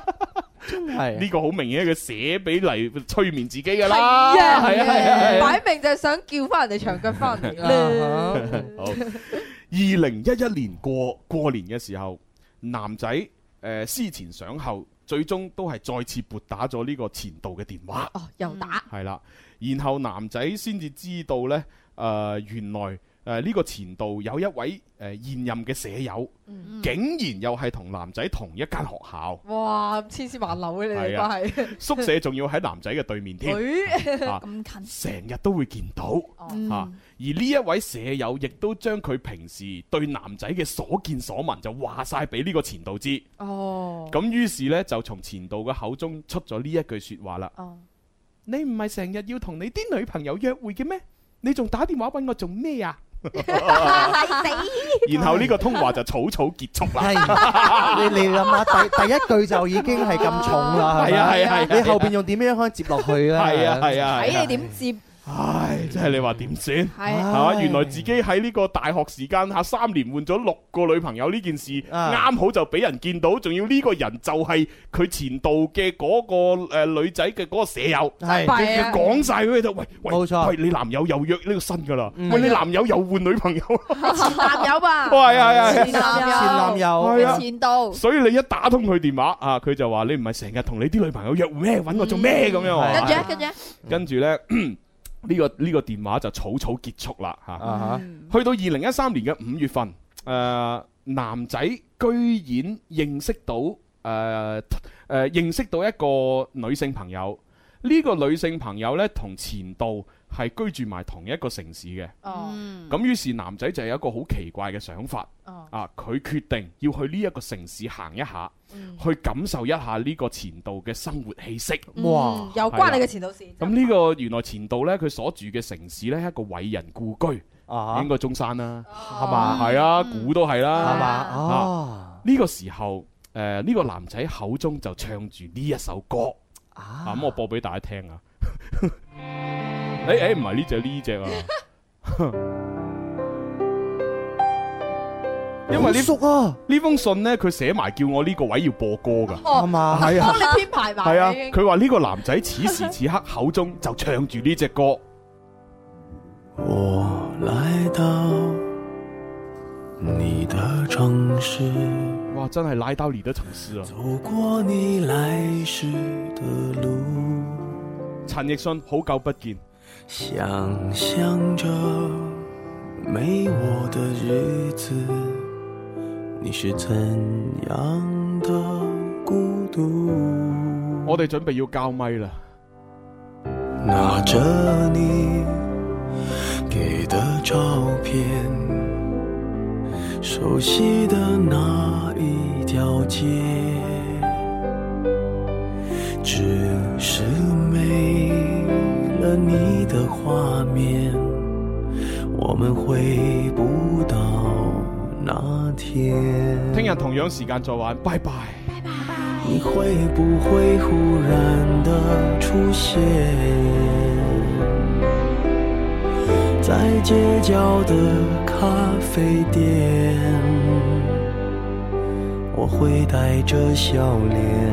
S4: 係呢個好明顯嘅寫俾嚟催眠自己㗎
S10: 嗯係
S4: 啦，
S10: 啊，
S4: 係啊係啊，
S10: 擺明就係想叫翻人哋長腳翻嚟
S6: Ờ.
S10: 啦。
S4: 好，二零一一年過過年嘅時候，男仔誒、呃思前想後，最終都係再次撥打咗呢個前度嘅電話。
S10: 哦，又打。
S4: 係啦，然後男仔先至知道呢，誒、呃原來誒呢、個前度有一位誒、呃、現任嘅舍友，
S10: 嗯
S4: 竟然又係同男仔同一間學校。
S10: 哇，咁千絲萬縷嘅你哋
S4: 係啊
S10: 關係，
S4: 宿舍仲要喺男仔嘅對面添，
S10: 哎誒
S4: 啊
S10: 咁
S4: 成日都會見到
S10: 嗯
S4: 啊。而呢一位舍友亦都將佢平時對男仔嘅所見所聞就話晒俾呢個前度知。
S10: 哦，
S4: 咁於是呢，就從前度嘅口中出咗呢一句説話啦。
S10: 哦
S4: 你唔係成日要同你啲女朋友約會嘅咩？你仲打電話揾我做咩啊？然後呢個通話就草草結束啦。
S6: 係，你你 諗下，第第一句就已經係咁重
S4: 係
S6: 啦，
S4: 啊
S6: 咪
S4: 係啊係啊
S6: 你後邊用點樣可以接落去啦？
S4: 係啊係啊
S10: 睇你點接。
S4: 唉，真係你話點算？
S10: 係
S4: 係啊嘛？原來自己喺呢個大學時間下三年換咗六個女朋友呢件事，啱好就俾人見到，仲要呢個人就係佢前度嘅嗰個誒女仔嘅嗰個舍友，
S6: 係
S4: 佢
S6: 係
S4: 佢
S6: 啊
S4: 講晒俾佢聽，喂喂，冇錯，喂你男友又約呢個新噶啦，喂你男友又換女朋友，
S10: 前男友啊，
S4: 係係係
S10: 前男友，
S4: 前男友係啊
S10: 前度，
S4: 所以你一打通佢電話啊，佢就話你唔係成日同你啲女朋友約會咩？揾我做咩咁樣啊
S10: 跟住？咧跟住咧，
S4: 跟住呢， 呢、個呢、個電話就草草結束啦嚇。
S6: 啊哈
S4: 去到二零一三年嘅五月份，誒、男仔居然認識到誒誒、呃認識到一個女性朋友。呢、個女性朋友呢，同前度係居住埋同一個城市嘅。
S10: 哦，
S4: 咁於是男仔就有一個好奇怪嘅想法，
S10: 哦
S4: 啊，佢決定要去呢一個城市行一下，
S10: 嗯
S4: 去感受一下呢個前度嘅生活氣息。
S6: 哦
S10: 哇又嗯關你嘅前度事
S4: 咁呢個原來前度呢，佢所住嘅城市呢，係一個偉人故居，
S10: 啊
S4: 應該中山啦，係
S6: 啊嘛
S4: 係啊，估都係啦，
S6: 係嘛
S4: 啊，呢個時候，誒呢個男仔口中就唱住呢一首歌，啊，咁我播俾大家聽啊。誒誒，唔係呢只呢只啊。因為呢
S6: 好熟啊
S4: 呢封信呢，佢寫埋叫我呢個位要播歌噶，
S10: 哦，
S4: 係啊
S10: 幫你編排埋，
S4: 係啊
S10: 已經，
S4: 佢話呢個男仔此時此刻口中就唱住呢只歌。
S2: 我来到你的城市，
S4: 哇，真係拉到你的城市啊！
S2: 走过你来时的路，
S4: 陳奕迅好久不見，
S2: 想象着没我的日子，你是怎样的孤独？
S4: 我哋準備要交咪啦。
S2: 拿着你给的照片，熟悉的那一条街，只是没了你的画面，我们回不到那天。
S4: 聽日同樣時間再玩，拜拜。
S2: 你会不会忽然的出现，在街角的咖啡店？我会带着笑脸，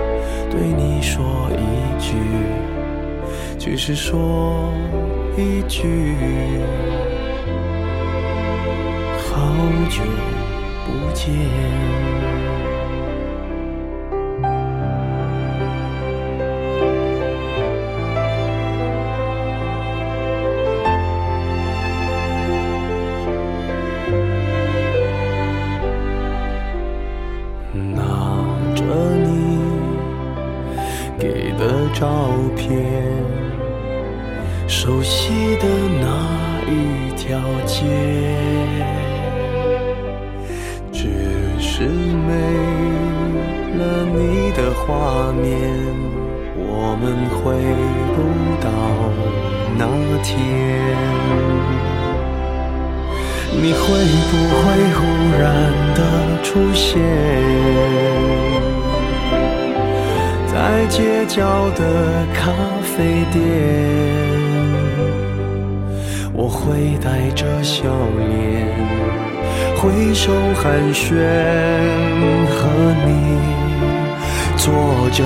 S2: 对你说一句，只是说一句，好久不见。拿着你给的照片，熟悉的那一条街，只是没了你的画面，我们回不到那天。你会不会忽然的出现在街角的咖啡店？我会带着笑脸挥手寒暄，和你坐着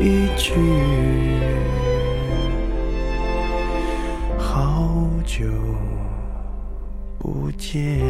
S2: 一句。好久不见。